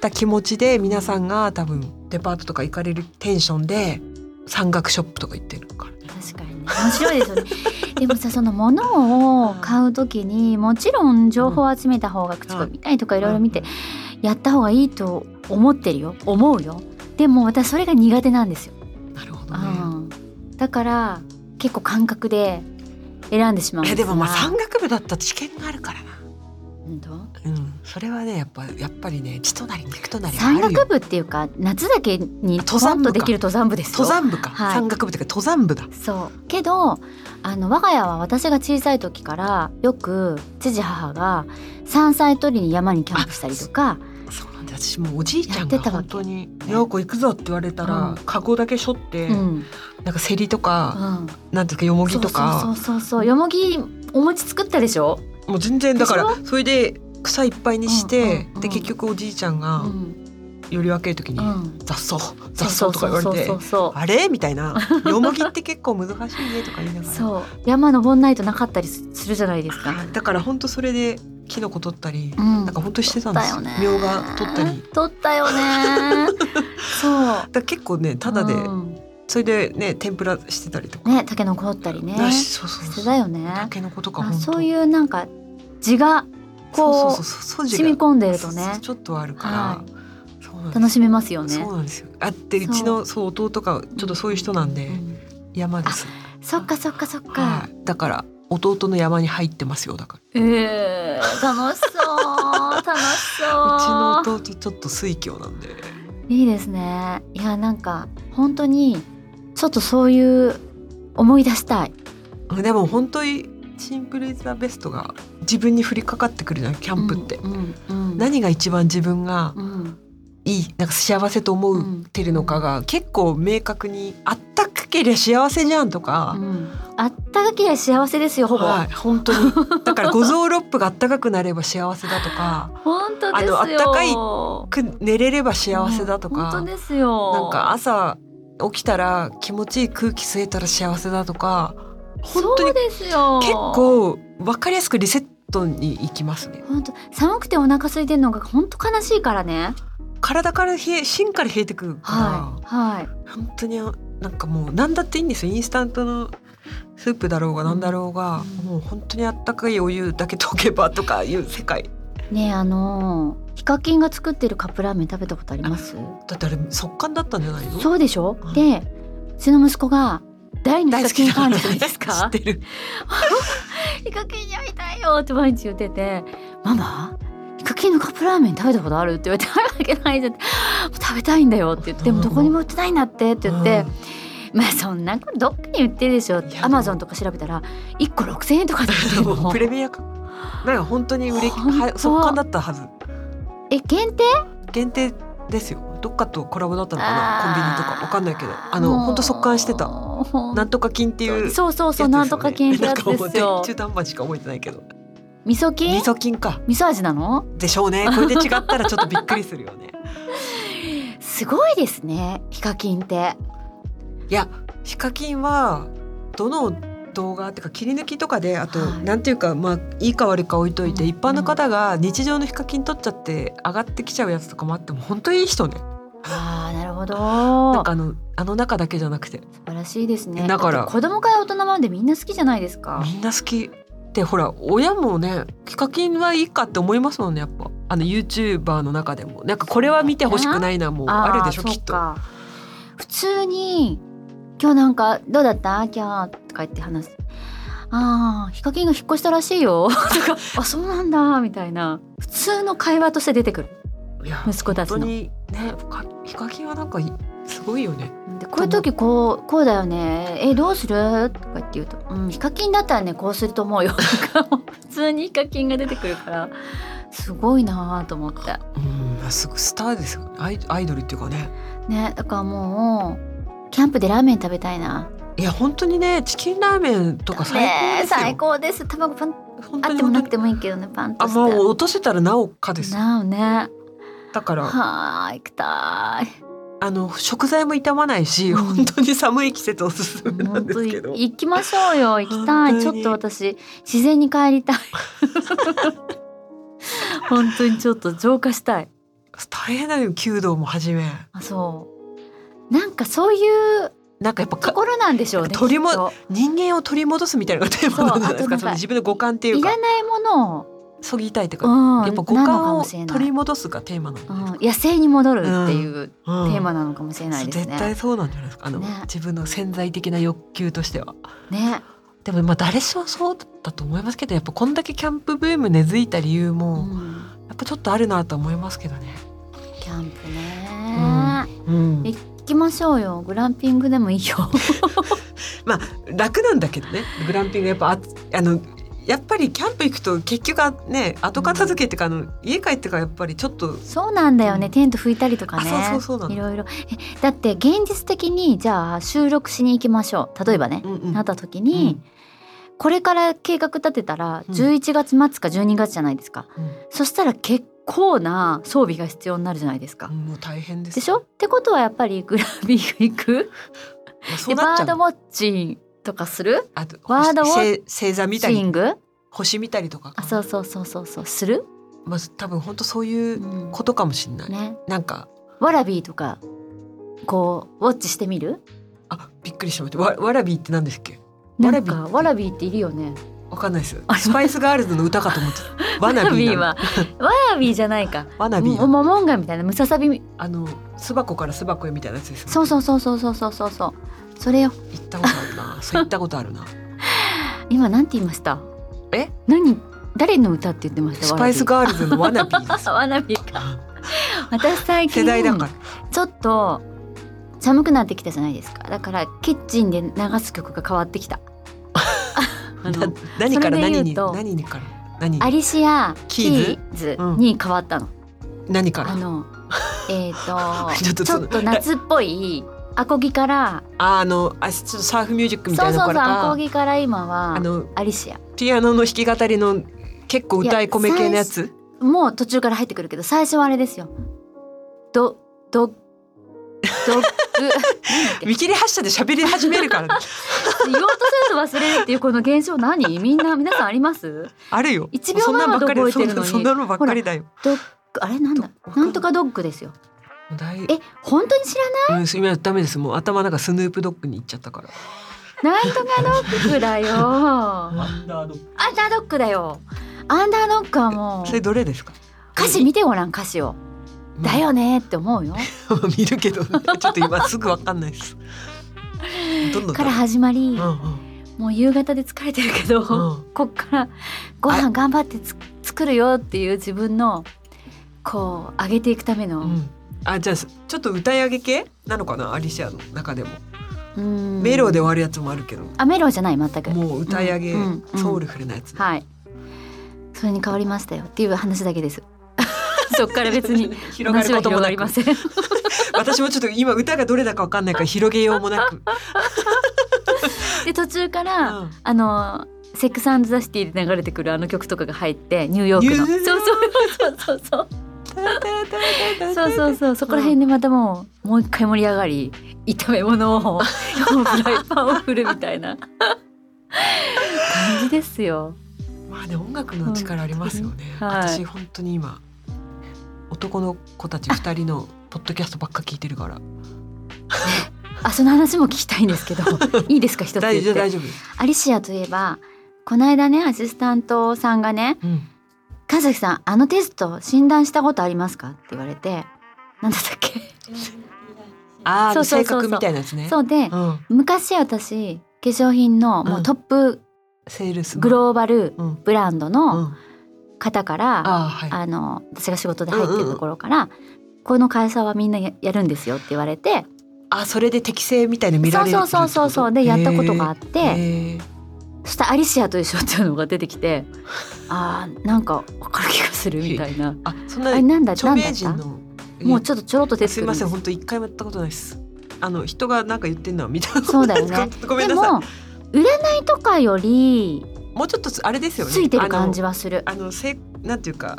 Speaker 3: た気持ちで皆さんが多分デパートとか行かれるテンションで山岳ショップとか行ってるからね。
Speaker 2: 確かにね面白いですよね でもさその物を買う時にもちろん情報を集めた方が口コミ見たりとかいろいろ見てやった方がいいと思ってるよ思うよでも私それが苦手なんですよ、
Speaker 3: なるほ
Speaker 2: う
Speaker 3: どね。
Speaker 2: ん、だから結構感覚で選んでしまうん
Speaker 3: え
Speaker 2: す
Speaker 3: でもまあ
Speaker 2: が
Speaker 3: 山岳部だったら知見があるからな。
Speaker 2: 本当
Speaker 3: うん、それはねやっぱやっぱりね血となり肉となりはあ
Speaker 2: 山
Speaker 3: る
Speaker 2: 岳
Speaker 3: よ。
Speaker 2: 部っていうか夏だけに
Speaker 3: 登
Speaker 2: 登
Speaker 3: 山
Speaker 2: 山
Speaker 3: 部
Speaker 2: と
Speaker 3: か
Speaker 2: できる登山部ですよ
Speaker 3: 登山部か、
Speaker 2: はい
Speaker 3: 山岳部というか登山部だ。
Speaker 2: そうけどあの我が家は私が小さい時からよく父母が山菜取りに山にキャンプしたりとか
Speaker 3: そうなんだ私もうおじいち
Speaker 2: や
Speaker 3: ゃんが
Speaker 2: ってたわ
Speaker 3: 本
Speaker 2: け
Speaker 3: 当に「ようこ行くぞ」って言われたら、
Speaker 2: うん
Speaker 3: カゴだけ背負って、
Speaker 2: うん
Speaker 3: なんかセリとか、
Speaker 2: うん
Speaker 3: なんていうかよもぎ
Speaker 2: そう
Speaker 3: とか
Speaker 2: そうそうそうそうよもぎお餅作ったでしょ、
Speaker 3: もう全然だから
Speaker 2: で
Speaker 3: それで草いっぱいにして、
Speaker 2: うんうんうん
Speaker 3: で結局おじいちゃんが
Speaker 2: うん
Speaker 3: より分ける時に
Speaker 2: うん
Speaker 3: 「雑草雑草」とか言われて
Speaker 2: そうそうそ
Speaker 3: 「
Speaker 2: うそう
Speaker 3: あれ?」みた いな「よもぎって結構難しいね」とか言いながら。
Speaker 2: そう山登んないとなかったりすするじゃないですか。
Speaker 3: はいだから本当それでキノコ取ったり、
Speaker 2: うん
Speaker 3: なんか本当してたんですよ。
Speaker 2: 取っ
Speaker 3: み
Speaker 2: た
Speaker 3: ょ
Speaker 2: よ
Speaker 3: うが取ったり。だか
Speaker 2: 取ったよ ねそう
Speaker 3: ら結構ねただで、
Speaker 2: うん
Speaker 3: それでね天ぷらしてたりとか。
Speaker 2: ね、タケノコ掘ったりね。
Speaker 3: だしそうそう
Speaker 2: して
Speaker 3: そう。
Speaker 2: たよね。
Speaker 3: タケノコとか
Speaker 2: あ、
Speaker 3: 本当。
Speaker 2: そういうなんか字がこ
Speaker 3: そう
Speaker 2: う
Speaker 3: そうそうそう
Speaker 2: 染み込んでるとね
Speaker 3: そう、ちょっとはあるから、
Speaker 2: は
Speaker 3: そうなんです
Speaker 2: 楽しめますよね
Speaker 3: そう。なんですよ。あって
Speaker 2: そう
Speaker 3: うちのそう弟がちょっとそういう人なんで、
Speaker 2: うん
Speaker 3: 山です。
Speaker 2: そっかそっかそっか。
Speaker 3: はい。だから弟の山に入ってますよだから。
Speaker 2: ええ楽しそう楽し
Speaker 3: うちの
Speaker 2: そう。
Speaker 3: 弟ちょっと水郷なんで。
Speaker 2: いいですね。いやなんか本当にちょっとそういう思い出したい。
Speaker 3: でも本当にシンプルイズザベストが自分に降りかかってくるじゃないキャンプって。
Speaker 2: うんうんうん
Speaker 3: 何が一番自分が
Speaker 2: うん
Speaker 3: いいなんか幸せと思
Speaker 2: う
Speaker 3: うんってるのかが結構明確にあったかけりゃ幸せじゃんと
Speaker 2: う
Speaker 3: か、
Speaker 2: んあったかけりゃ幸せですよほぼ、
Speaker 3: はい、本当にだから五臓六腑があったかくなれば幸せだとか
Speaker 2: 本当ですよ
Speaker 3: あのあったかいく寝れれば幸せだと
Speaker 2: うん
Speaker 3: か、
Speaker 2: 本当ですよ
Speaker 3: なんか朝起きたら気持ちいい空気吸えたら幸せだとか本当
Speaker 2: そう
Speaker 3: に
Speaker 2: ですよ
Speaker 3: 結構分かりやすくリセットに行きますね。
Speaker 2: 本当寒くてお腹空いてるのが本当悲しいからね
Speaker 3: 体から冷え芯から冷えてくるから、
Speaker 2: はいはい
Speaker 3: 本当になんかもう何だっていいんですよインスタントのスープだろうが何だろうが、
Speaker 2: うん
Speaker 3: もう本当にあったかいお湯だけ溶けばとかいう世界
Speaker 2: ねえあのーヒカキンが作ってるカップラーメン食べたことあります
Speaker 3: だってあれ速乾だったんじゃないの
Speaker 2: そうでしょ
Speaker 3: うん
Speaker 2: でうちの息子が第二ヒカキン
Speaker 3: な
Speaker 2: 感
Speaker 3: ん
Speaker 2: じゃないです
Speaker 3: 知
Speaker 2: か
Speaker 3: ってる
Speaker 2: ヒカキンに会いたいよって毎日言っててママヒカキンのカップラーメン食べたことあるって言われてあるわけないじゃん食べたいんだよって言ってでもどこにも売ってないんだってって言って、まあそんなことどっかに売ってるでしょ
Speaker 3: いや
Speaker 2: アマゾンとか調べたら1個6,000円とかで売って
Speaker 3: うん
Speaker 2: る
Speaker 3: も
Speaker 2: の
Speaker 3: うプレミアかなんか本当に売れ
Speaker 2: 本当
Speaker 3: は速乾だったはず
Speaker 2: え限定
Speaker 3: 限定ですよどっかとコラボだったのか
Speaker 2: あ
Speaker 3: な
Speaker 2: ー
Speaker 3: コンビニとかわかんないけどあの
Speaker 2: もう
Speaker 3: 本当速乾してた
Speaker 2: ほん
Speaker 3: なんとか金っていう
Speaker 2: そうそうそう、なんとか金ってやつですよ
Speaker 3: 中途半端しか覚えてないけど
Speaker 2: 味噌
Speaker 3: 味
Speaker 2: 菌
Speaker 3: 噌菌か
Speaker 2: 味噌味なの
Speaker 3: でしょうねこれで違ったらちょっとびっくりするよね
Speaker 2: すごいですねヒカキンって
Speaker 3: いやヒカキンはどの動画っていうか切り抜きとかであと、
Speaker 2: はい
Speaker 3: なんていうかまあいいか悪いか置いといて、
Speaker 2: うん
Speaker 3: 一般の方が日常のヒカキン取っちゃって上がってきちゃうやつとかもあっても本当にいい人ね
Speaker 2: あーなるほど
Speaker 3: なんかあのあの中だけじゃなくて
Speaker 2: 素晴らしいですね
Speaker 3: だから
Speaker 2: って子供から大人までみんな好きじゃないですか
Speaker 3: みんな好きでほら親もねヒカキンはいいかって思いますもんねやっぱあの YouTuber の中でもなんかこれは見てほしくないなもうあるでしょ
Speaker 2: ー
Speaker 3: きっと
Speaker 2: そうか普通に今日なんかどうだった今日とか言って話すああヒカキンが引っ越したらしいよ とかあそうなんだみたいな普通の会話として出てくる
Speaker 3: いや
Speaker 2: 息子たち
Speaker 3: 本当
Speaker 2: の
Speaker 3: にねかヒカキンはなんかいすごいよね
Speaker 2: でこういう時こうこうだよねえどうするとか言って言うと、うん、ヒカキンだったらねこうすると思うよ とか普通にヒカキンが出てくるからすごいなと思って
Speaker 3: うんすごいスターですよねアイアイドルっていうかね
Speaker 2: ねだからもうキャンプでラーメン食べたいない
Speaker 3: や本当にねチキンラーメンとか最高
Speaker 2: ね
Speaker 3: で
Speaker 2: え
Speaker 3: すよ、
Speaker 2: 最高です卵パン
Speaker 3: 本
Speaker 2: あっ
Speaker 3: 当に
Speaker 2: ても
Speaker 3: 本当
Speaker 2: な
Speaker 3: に
Speaker 2: くてもいいけどねパン
Speaker 3: あ
Speaker 2: として
Speaker 3: もう落とせたらなおかですよ
Speaker 2: なおね
Speaker 3: だから
Speaker 2: はあ行きたい
Speaker 3: あの食材も傷まないし、
Speaker 2: うん
Speaker 3: 本当に寒い季節おすすめ なん
Speaker 2: 本
Speaker 3: で
Speaker 2: 当
Speaker 3: す
Speaker 2: に
Speaker 3: けど。
Speaker 2: 行きましょうよ行きたい
Speaker 3: 本
Speaker 2: ち
Speaker 3: 当
Speaker 2: ょ
Speaker 3: に
Speaker 2: っと私自然に帰り たい本当にちょっと浄化したい
Speaker 3: 大変だよ弓道も始め。
Speaker 2: あそうなんかそういう
Speaker 3: なんかやっぱ
Speaker 2: と
Speaker 3: か
Speaker 2: ころなんでしょうね
Speaker 3: 取りも
Speaker 2: きっと
Speaker 3: 人間を取り戻すみたいなのがテーマなんじゃないで
Speaker 2: そ
Speaker 3: す
Speaker 2: うあとな
Speaker 3: か。
Speaker 2: んか
Speaker 3: その自分の五感っていう
Speaker 2: い
Speaker 3: から
Speaker 2: ないものを、
Speaker 3: そぎたいとか。
Speaker 2: うん、
Speaker 3: やっぱ五
Speaker 2: なのか
Speaker 3: 感
Speaker 2: も
Speaker 3: を
Speaker 2: しれない
Speaker 3: 取り戻すがテーマなんじゃ
Speaker 2: う
Speaker 3: ないです
Speaker 2: ん
Speaker 3: か、
Speaker 2: 野生に戻るっていう
Speaker 3: う
Speaker 2: テ
Speaker 3: ん
Speaker 2: ーマなのかもしれないです
Speaker 3: 絶
Speaker 2: ね。
Speaker 3: 対そうなんじゃないですかあの、
Speaker 2: ね
Speaker 3: 自分の潜在的な欲求としては
Speaker 2: ね、
Speaker 3: でもまあ誰しもそうだったと思いますけどやっぱこんだけキャンプブーム根付いた理由
Speaker 2: う
Speaker 3: も、
Speaker 2: ん、
Speaker 3: やっぱちょっとあるなと思いますけどね、
Speaker 2: キャンプ
Speaker 3: う
Speaker 2: ね、
Speaker 3: うん
Speaker 2: え行きましょうよグランピングでもいいよ。
Speaker 3: 楽なんだけどねグランピングやっぱああのやっぱりキャンプ行くと結局はね後片付けっていうか、あの家帰ってからやっぱりちょっと
Speaker 2: そうなんだよね、
Speaker 3: うん
Speaker 2: テント拭いたりとかね
Speaker 3: あそうそうそうなの
Speaker 2: いろいろえだって現実的にじゃあ収録しに行きましょう例えばね、
Speaker 3: うんうん
Speaker 2: なった時に、これから計画立てたら
Speaker 3: うん
Speaker 2: 11月末か12月じゃないですか、
Speaker 3: うん
Speaker 2: そしたら結構な装備が必要になるじゃないですか、
Speaker 3: もう大変です
Speaker 2: でしょってことはやっぱりグラビー行く
Speaker 3: まあそ
Speaker 2: で
Speaker 3: うな
Speaker 2: バ
Speaker 3: っち
Speaker 2: ー
Speaker 3: ゃう
Speaker 2: ドウォッチとかする
Speaker 3: あと
Speaker 2: ワードを
Speaker 3: 星星座見た
Speaker 2: シ
Speaker 3: り
Speaker 2: ング
Speaker 3: 星見たりとかか
Speaker 2: あ
Speaker 3: な
Speaker 2: そうそうそうそうそうする、
Speaker 3: まあ、多分本当そういう
Speaker 2: うん
Speaker 3: ことかもしれない、
Speaker 2: ね
Speaker 3: なんか
Speaker 2: ワラビーとかこうウォッチしてみる
Speaker 3: あびっくりしましたわわらびって何ですっけ
Speaker 2: な
Speaker 3: ワ
Speaker 2: ん
Speaker 3: ラビー
Speaker 2: かワラビーっているよね
Speaker 3: わかんないです
Speaker 2: あ
Speaker 3: スパイスガールズの歌かと思って たわなびなの
Speaker 2: ワラビー はワラビーじゃないか
Speaker 3: わなびな
Speaker 2: もモモンガみたいなムササビ
Speaker 3: あの巣箱から巣箱へみたいなやつですよね
Speaker 2: そうそうそうそうそうそうそうそうそれよ
Speaker 3: 行ったことあるなそう行ったことあ るな
Speaker 2: 今なんて言いました
Speaker 3: え
Speaker 2: 何誰の歌って言ってました
Speaker 3: スパイス
Speaker 2: ワ
Speaker 3: ガールズのわなびです
Speaker 2: ラビーワラビーか 私最近
Speaker 3: 世代だから
Speaker 2: ちょっと寒くなってきたじゃないですかだからキッチンで流す曲が変わってきた あ
Speaker 3: な
Speaker 2: の
Speaker 3: 何から
Speaker 2: それで
Speaker 3: 何
Speaker 2: 言う
Speaker 3: に
Speaker 2: と
Speaker 3: 何にから何
Speaker 2: アリシア・キ
Speaker 3: キーズ
Speaker 2: ーズに変わったの、
Speaker 3: 何か
Speaker 2: あ
Speaker 3: ら
Speaker 2: のえっ、と
Speaker 3: ちょっと
Speaker 2: ちょっと夏っぽいアコギから
Speaker 3: ああのあちょっとサーフミュージックみた
Speaker 2: そ
Speaker 3: いうな
Speaker 2: そ
Speaker 3: の
Speaker 2: うそ
Speaker 3: か
Speaker 2: う
Speaker 3: らか
Speaker 2: アコギから今は
Speaker 3: あの
Speaker 2: アリシア
Speaker 3: ピアノの弾き語りの結構歌い米系のやつ
Speaker 2: もう途中から入ってくるけど最初はあれですよドド ドッグ
Speaker 3: 見切り発車で喋り始めるから
Speaker 2: 言おうとすると忘れるっていうこの現象何みんな皆さんあります
Speaker 3: あるよ
Speaker 2: 一秒前まで覚えてるのに
Speaker 3: そんなのばっかりだよ
Speaker 2: ドッグあれなんだ
Speaker 3: ドッグ
Speaker 2: なんとかドッグですよ
Speaker 3: だい
Speaker 2: え本当に知らない
Speaker 3: うん、今ダメですもう頭なんかスヌープドッグに行っちゃったから
Speaker 2: なんとかドッグだよアン
Speaker 3: ンダードッグ
Speaker 2: ダードッグだよアンダードッグはも
Speaker 3: それ
Speaker 2: う
Speaker 3: どれですか
Speaker 2: 歌詞見てごらん歌詞をだよねって思うよ
Speaker 3: うん 見るけど、 ね、ちょっと今すぐわかんないです どんどん
Speaker 2: から始まり
Speaker 3: うんうん
Speaker 2: もう夕方で疲れてるけど、
Speaker 3: ん
Speaker 2: こっからご飯頑張ってつ作るよっていう自分のこう上げていくための、
Speaker 3: う
Speaker 2: うん
Speaker 3: あじゃあちょっと歌い上げ系なのかなアリシアの中でも、
Speaker 2: ーん
Speaker 3: メロで終わるやつもあるけど
Speaker 2: あメロじゃない全く
Speaker 3: もう歌い上げ、
Speaker 2: うんうん
Speaker 3: ソウルフルなやつ、
Speaker 2: はいそれに変わりましたよっていう話だけです そっから別に
Speaker 3: 広が
Speaker 2: 話
Speaker 3: る
Speaker 2: は
Speaker 3: こと
Speaker 2: 広
Speaker 3: も
Speaker 2: が
Speaker 3: な
Speaker 2: り
Speaker 3: く
Speaker 2: ません
Speaker 3: 私もちょっと今歌がどれだかわかんないから広げようもなく、
Speaker 2: で途中か
Speaker 3: う
Speaker 2: ら、
Speaker 3: ん
Speaker 2: あのセックスアンドザシティで流れてくるあの曲とかが入ってニューヨークの
Speaker 3: ニューヨーク
Speaker 2: そうそうそうそうそうそうそうそこら辺でまたもうもう一回盛り上がり炒め物をフライパンを振るみたいな感じですよ。
Speaker 3: まあね音楽の力ありますよね、
Speaker 2: うんはい
Speaker 3: 私本当に今男の子たち二人のポッドキャストばっか聞いてるから
Speaker 2: あその話も聞きたいんですけ どいいですか一つ
Speaker 3: 大丈
Speaker 2: 言っ
Speaker 3: 夫
Speaker 2: て。
Speaker 3: 大丈夫です、
Speaker 2: アリシアといえばこの間ねアシスタントさんがね
Speaker 3: うん、
Speaker 2: 「神崎さんあのテスト診断したことありますか?」って言われてなんだったっけ
Speaker 3: あ
Speaker 2: そう
Speaker 3: あ
Speaker 2: そう
Speaker 3: 性
Speaker 2: そうそう
Speaker 3: 格みたいなやつね
Speaker 2: そうで
Speaker 3: うん、
Speaker 2: 昔私化粧品のもうトップ
Speaker 3: セールスマン
Speaker 2: グローバル
Speaker 3: うん
Speaker 2: ブランド
Speaker 3: う
Speaker 2: の
Speaker 3: ん、
Speaker 2: 方から、
Speaker 3: ああはい
Speaker 2: あの私が仕事で入ってるところから、この会社はみんなややるんですよって言われて
Speaker 3: あそれで適性みたいな見ら
Speaker 2: そう
Speaker 3: れ
Speaker 2: そ
Speaker 3: る
Speaker 2: うそうそうそうでやったことがあ
Speaker 3: っ
Speaker 2: って
Speaker 3: へー
Speaker 2: そしたらアリシアと一緒っていうのが出てきてあーなんか分かる気がするみたいな
Speaker 3: あそん
Speaker 2: あ
Speaker 3: な
Speaker 2: れなんだ
Speaker 3: 著
Speaker 2: なんだ
Speaker 3: 名
Speaker 2: っ
Speaker 3: 人
Speaker 2: た
Speaker 3: の
Speaker 2: もうちょっとちょろっと出て
Speaker 3: す
Speaker 2: く
Speaker 3: い
Speaker 2: る
Speaker 3: ません
Speaker 2: んで
Speaker 3: 本当一回もやったことないですあの人がなんか言ってんのは見たこと
Speaker 2: そうだよね
Speaker 3: ない ですごめん
Speaker 2: で
Speaker 3: な
Speaker 2: も
Speaker 3: さい
Speaker 2: 占いとかより
Speaker 3: もうちょっとあれですよね
Speaker 2: ついてる感じはする
Speaker 3: あのあのせいなんていうか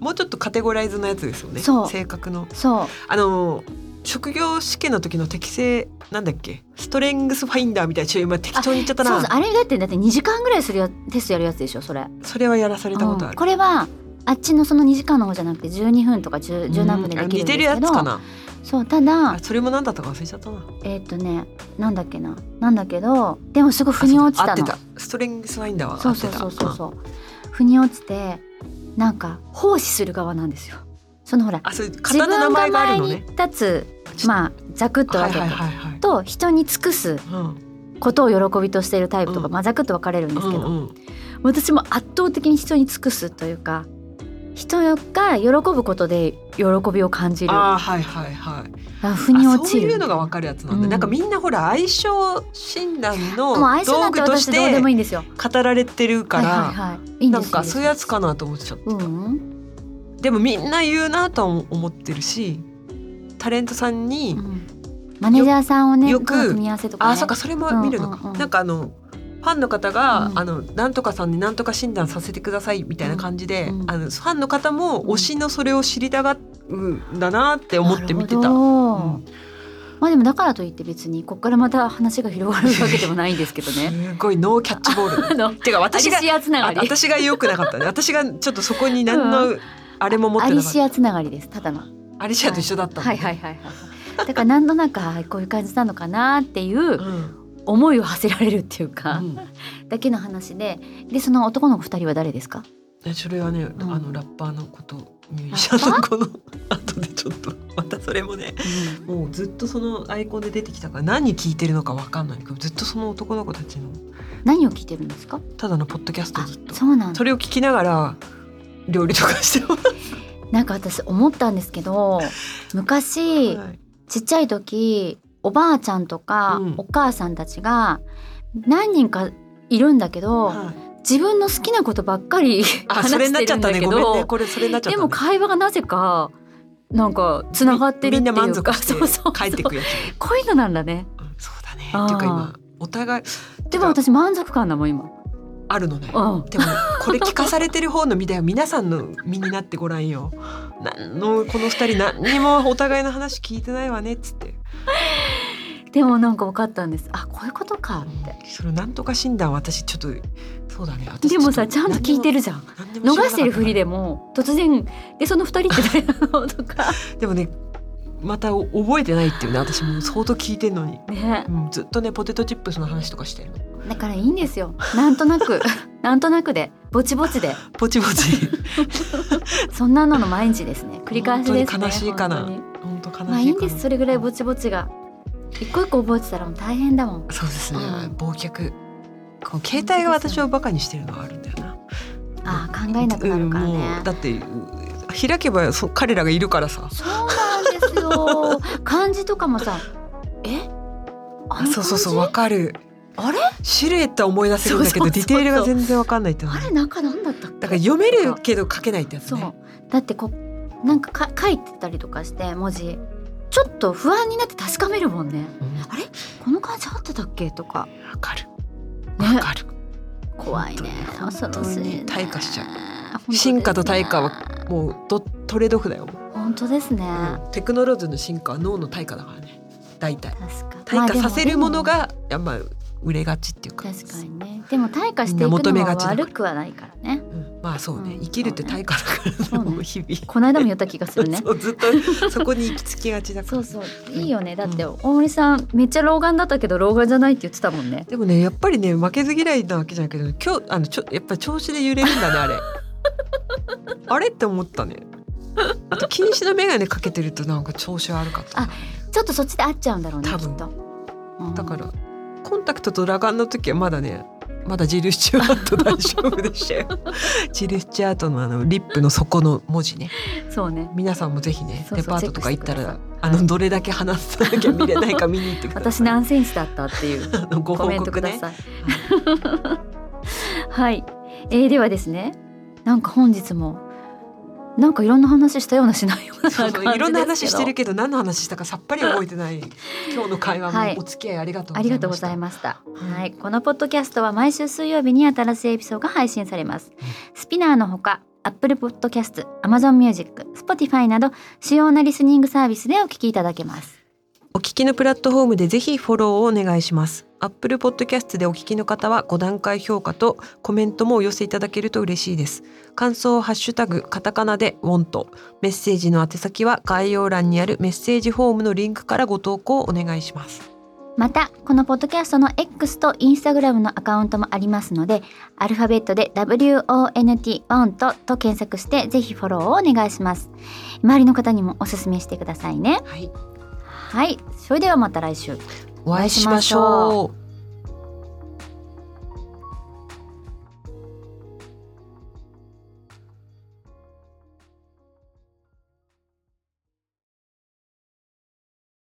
Speaker 3: もうちょっとカテゴライズのやつですよね
Speaker 2: そう
Speaker 3: 性格の
Speaker 2: そう
Speaker 3: あの職業試験の時の適正なんだっけストレングスファインダーみたいなちょ今適当に言っちゃった
Speaker 2: そう
Speaker 3: な
Speaker 2: そう
Speaker 3: そ
Speaker 2: あれだってだって2時間ぐらいするやテストやるやつでしょそれ、
Speaker 3: れはやらされたことあ
Speaker 2: うん
Speaker 3: る、
Speaker 2: これはあっちのその2時間の方じゃなくて12分とか
Speaker 3: う
Speaker 2: 10,
Speaker 3: ん
Speaker 2: 10何分でできるんですけど
Speaker 3: あ似てるやつかな
Speaker 2: そうただ
Speaker 3: あそれも何だったか忘れちゃったな
Speaker 2: えーっ、とねなんだっけななんだけどでもすごい腑に落ち
Speaker 3: あ
Speaker 2: た
Speaker 3: そう
Speaker 2: の
Speaker 3: だ合ってたストレングスファインダーは
Speaker 2: そ
Speaker 3: 合
Speaker 2: う
Speaker 3: って
Speaker 2: そう
Speaker 3: た
Speaker 2: そうそう
Speaker 3: うん
Speaker 2: そう腑に落ちてなんか奉仕する側なんですよそのほら
Speaker 3: あそう型
Speaker 2: 自
Speaker 3: の名
Speaker 2: 分が
Speaker 3: 前がある
Speaker 2: 前
Speaker 3: の
Speaker 2: に
Speaker 3: ね
Speaker 2: 立つまあざくっと
Speaker 3: はい
Speaker 2: 分け
Speaker 3: はい
Speaker 2: て
Speaker 3: はいはい
Speaker 2: と人に尽くす
Speaker 3: うん
Speaker 2: ことを喜びとしているタイプとか、
Speaker 3: うん
Speaker 2: まあざくっと分かれるんですけど、
Speaker 3: うんうん
Speaker 2: 私も圧倒的に人に尽くすというか人が喜ぶことで喜びを感じる
Speaker 3: あーはいはいはい
Speaker 2: あ腑に落
Speaker 3: あそう
Speaker 2: ちる
Speaker 3: いうのが分かるやつなんだ、
Speaker 2: うん
Speaker 3: なんかみんなほら相性診断
Speaker 2: も
Speaker 3: の
Speaker 2: う相性な
Speaker 3: 道
Speaker 2: んて
Speaker 3: 具と
Speaker 2: 私
Speaker 3: し
Speaker 2: どうで
Speaker 3: て
Speaker 2: もいいんですよ
Speaker 3: 語られてるから、
Speaker 2: はいはいはい、いいん
Speaker 3: な
Speaker 2: で
Speaker 3: ん
Speaker 2: す
Speaker 3: かそういうやつか
Speaker 2: な
Speaker 3: なと思っちゃった、
Speaker 2: うん、
Speaker 3: でもみんな言うなとは思ってるしタレントさんに、
Speaker 2: うん、マネージャーさんをね
Speaker 3: よく
Speaker 2: どの組み合わせとか、ね、
Speaker 3: あそっかそれも見るのか、
Speaker 2: うんうんうん
Speaker 3: なんかあのファンの方が、
Speaker 2: うん
Speaker 3: あのなんとかさんになんとか診断させてくださいみたいな感じで、
Speaker 2: うんうん
Speaker 3: あのファンの方も推しのそれを知りたがうんだなって思って見て
Speaker 2: なる
Speaker 3: た。
Speaker 2: ほど
Speaker 3: うん
Speaker 2: まあでもだからといって別にここからまた話が広がるわけでもないんですけどね。
Speaker 3: すごいノーキャッチボール。
Speaker 2: あの
Speaker 3: てか
Speaker 2: アリ
Speaker 3: 私が
Speaker 2: シアつな
Speaker 3: あ
Speaker 2: がり。
Speaker 3: 私が良くなかったね。私がちょっとそこに何のあれも持っ
Speaker 2: ア
Speaker 3: てな
Speaker 2: リ
Speaker 3: かっ
Speaker 2: シ
Speaker 3: た。
Speaker 2: アつながりです。ただの。
Speaker 3: アリシアと一緒だったんだ
Speaker 2: はい
Speaker 3: ね。
Speaker 2: はいはいはい。だから何となくあーこういう感じなのかなっていう
Speaker 3: うん
Speaker 2: 思いを馳せられるっていうか、
Speaker 3: うん
Speaker 2: だけの話で、でその男の子二人は誰ですか？
Speaker 3: えそれは
Speaker 2: ん
Speaker 3: ね、あのラッパーのことミュージシャンの子の後でちょっとまたそれもねもうずっとそのアイコンで出てきたから何聞いてるのかわかんないけどずっとその男の子たちの
Speaker 2: 何を聞いてるんですか？
Speaker 3: ただのポッドキャスト
Speaker 2: あ
Speaker 3: ずっ、と
Speaker 2: そうなんだ
Speaker 3: そ。れを聞きながら料理とかしてます、
Speaker 2: なんか私思ったんですけど、昔。
Speaker 3: はい
Speaker 2: ちっちゃい時おばあちゃんとか、
Speaker 3: うん
Speaker 2: お母さんたちが何人かいるんだけど、
Speaker 3: はい
Speaker 2: 自分の好きなことばっかり
Speaker 3: あ
Speaker 2: 話
Speaker 3: それになっ
Speaker 2: して
Speaker 3: ちゃ
Speaker 2: る
Speaker 3: っ
Speaker 2: ん
Speaker 3: た
Speaker 2: だ
Speaker 3: ね
Speaker 2: け
Speaker 3: ごめんね
Speaker 2: ど、
Speaker 3: これそれになっちゃっ
Speaker 2: で
Speaker 3: たね
Speaker 2: も会話がなぜかなんかつながってるっていうか
Speaker 3: みんな満足して
Speaker 2: そうそうそう
Speaker 3: 帰ってくやつ
Speaker 2: こういうのなんだね
Speaker 3: うんそうだね
Speaker 2: あー
Speaker 3: っていうか今お互い
Speaker 2: でも私満足感だもん今
Speaker 3: あるの
Speaker 2: う
Speaker 3: ね
Speaker 2: ん
Speaker 3: でもこれ聞かされてる方の身だよ皆さんの身になってごらんよなんのこの二人何にもお互いの話聞いてないわねっつって
Speaker 2: でもなんか分かったんですあこういうことかって
Speaker 3: それなんとか診断私ちょっとそうだね私
Speaker 2: でもさちゃんと聞いて
Speaker 3: る
Speaker 2: るじゃん逃してるふりでも突然でその二人 って誰なのとか
Speaker 3: でもねまたお覚えてないっていうね私もう相当聞いてんのに、
Speaker 2: ね
Speaker 3: うん、ずっ とねポテトチップスの話とかしてる
Speaker 2: だからいいんですよ。なんとな く、なんとなくで、ぼちぼちで、
Speaker 3: ポチポ チ
Speaker 2: そんなのの毎日ですね。繰り返しですね。
Speaker 3: 本当に悲しいかな
Speaker 2: 本当に
Speaker 3: 本当悲しいかな
Speaker 2: まあいいんです。それぐらいぼ
Speaker 3: チ
Speaker 2: ちぼちが。一個一個覚えてたらもう大変だもん。
Speaker 3: そうですね、
Speaker 2: うん
Speaker 3: 忘却こう携帯が私をバカにしてるのはあるんだよな
Speaker 2: ああ、考えなくなるから
Speaker 3: うんもう
Speaker 2: ね。
Speaker 3: だってう開けばそ彼らがいるからさ。
Speaker 2: そうなんです よ。漢字とかもさ、えあ
Speaker 3: あ
Speaker 2: の
Speaker 3: そうそうそう
Speaker 2: 漢
Speaker 3: わかる。
Speaker 2: あれ？
Speaker 3: シルエットは思い出せるんだけど
Speaker 2: そうそうそうそう
Speaker 3: ディテールが全然わかんないってのは
Speaker 2: 字あれ
Speaker 3: ね
Speaker 2: 中なんだったっけ
Speaker 3: だから読めるけど書けないってやつ
Speaker 2: そ
Speaker 3: ね
Speaker 2: う。。だってこう、なんかか書いてたりとかして、文字。ちょっと不安になって確かめるもんね。
Speaker 3: うんわ、
Speaker 2: あれこの漢字合ってたっけとか。
Speaker 3: かる。わ
Speaker 2: ね。
Speaker 3: かる。
Speaker 2: 怖いね
Speaker 3: 本当
Speaker 2: 恐
Speaker 3: に
Speaker 2: ろしいね
Speaker 3: 本当に退化しちゃう
Speaker 2: 本当ですね
Speaker 3: 進化と退化はもうどトレードオフだよ、
Speaker 2: 本当ですね、
Speaker 3: うんテクノロジーの進化は脳の対価だからね。大体。
Speaker 2: 確か
Speaker 3: 退化させるもの
Speaker 2: まあ
Speaker 3: がやっぱ売れがちっていう
Speaker 2: で
Speaker 3: か。
Speaker 2: も確かにねでも退化していく
Speaker 3: みん
Speaker 2: の
Speaker 3: な求め
Speaker 2: は
Speaker 3: がちだから
Speaker 2: 悪くはないからね
Speaker 3: うんまあそうね、
Speaker 2: うん
Speaker 3: 生きるって対価だか
Speaker 2: そ
Speaker 3: ら、
Speaker 2: うね
Speaker 3: もう日々。
Speaker 2: この間も言った気がするね
Speaker 3: そうずっと そこに行き着きがちだから。
Speaker 2: そうそういいよねだって大森さんめっちゃ老眼だったけど老眼じゃないって言ってたもんね
Speaker 3: でもねやっぱりね負けず嫌いなわけじゃないけど今日あのちょやっぱり調子で揺れるん だねあれあれって思ったねあと禁止の眼鏡かけてるとなんか調子悪かったな
Speaker 2: ちょっとそっちで合っちゃうんだろうねき
Speaker 3: 多
Speaker 2: っ
Speaker 3: 分
Speaker 2: と、うん
Speaker 3: だからコンタクトと裸眼の時はまだねまだジルスチュアート大丈夫 でしたよジルスチュアートのあのリップの底の文字ね
Speaker 2: そうね
Speaker 3: 皆さんもぜひね
Speaker 2: そうそう
Speaker 3: デパートとか行った
Speaker 2: チェッ
Speaker 3: ら
Speaker 2: クしてくださ
Speaker 3: あ
Speaker 2: い
Speaker 3: のどれだけ離さなきゃ見れないか見に行ってくだ
Speaker 2: 私
Speaker 3: さい
Speaker 2: 何センチだったっていう
Speaker 3: あの ご
Speaker 2: コ
Speaker 3: 報
Speaker 2: メントく
Speaker 3: 告
Speaker 2: だ
Speaker 3: ね
Speaker 2: さい。 はい、えーではですね、なんか本日も。なんかいろんな話したようなしないような
Speaker 3: そ
Speaker 2: 感
Speaker 3: う
Speaker 2: じですけ
Speaker 3: そう
Speaker 2: ど。
Speaker 3: いろんな話してるけど何の話したかさっぱり覚えて ない今日の会話
Speaker 2: はい
Speaker 3: もお付き合いありがとう
Speaker 2: あ
Speaker 3: ございました、
Speaker 2: りがとうございました。
Speaker 3: ん
Speaker 2: はい、このポッドキャストは毎週水曜日に新しいエピソードが配信されます。スピナーのほか、 Apple Podcast、Amazon Music、Spotify など主要なリスニングサービスでお聞きいただけます。
Speaker 3: お聞きのプラットフォームでぜひフォローをお願いします。Apple Podcast でお聞きの方は5段階評価とコメントもお寄せいただけると嬉しいです。感想をハッシュタグカタカナで want メッセージの宛先は概要欄にあるメッセージフォームのリンクからご投稿をお願いします。
Speaker 2: またこのポッドキャストの X と Instagram のアカウントもありますのでアルファベットで WONT オントと検索してぜひフォローをお願いします周りの方にもおすすめしてくださいね
Speaker 3: はい、
Speaker 2: はいそれではまた来週
Speaker 3: お会いしましょう。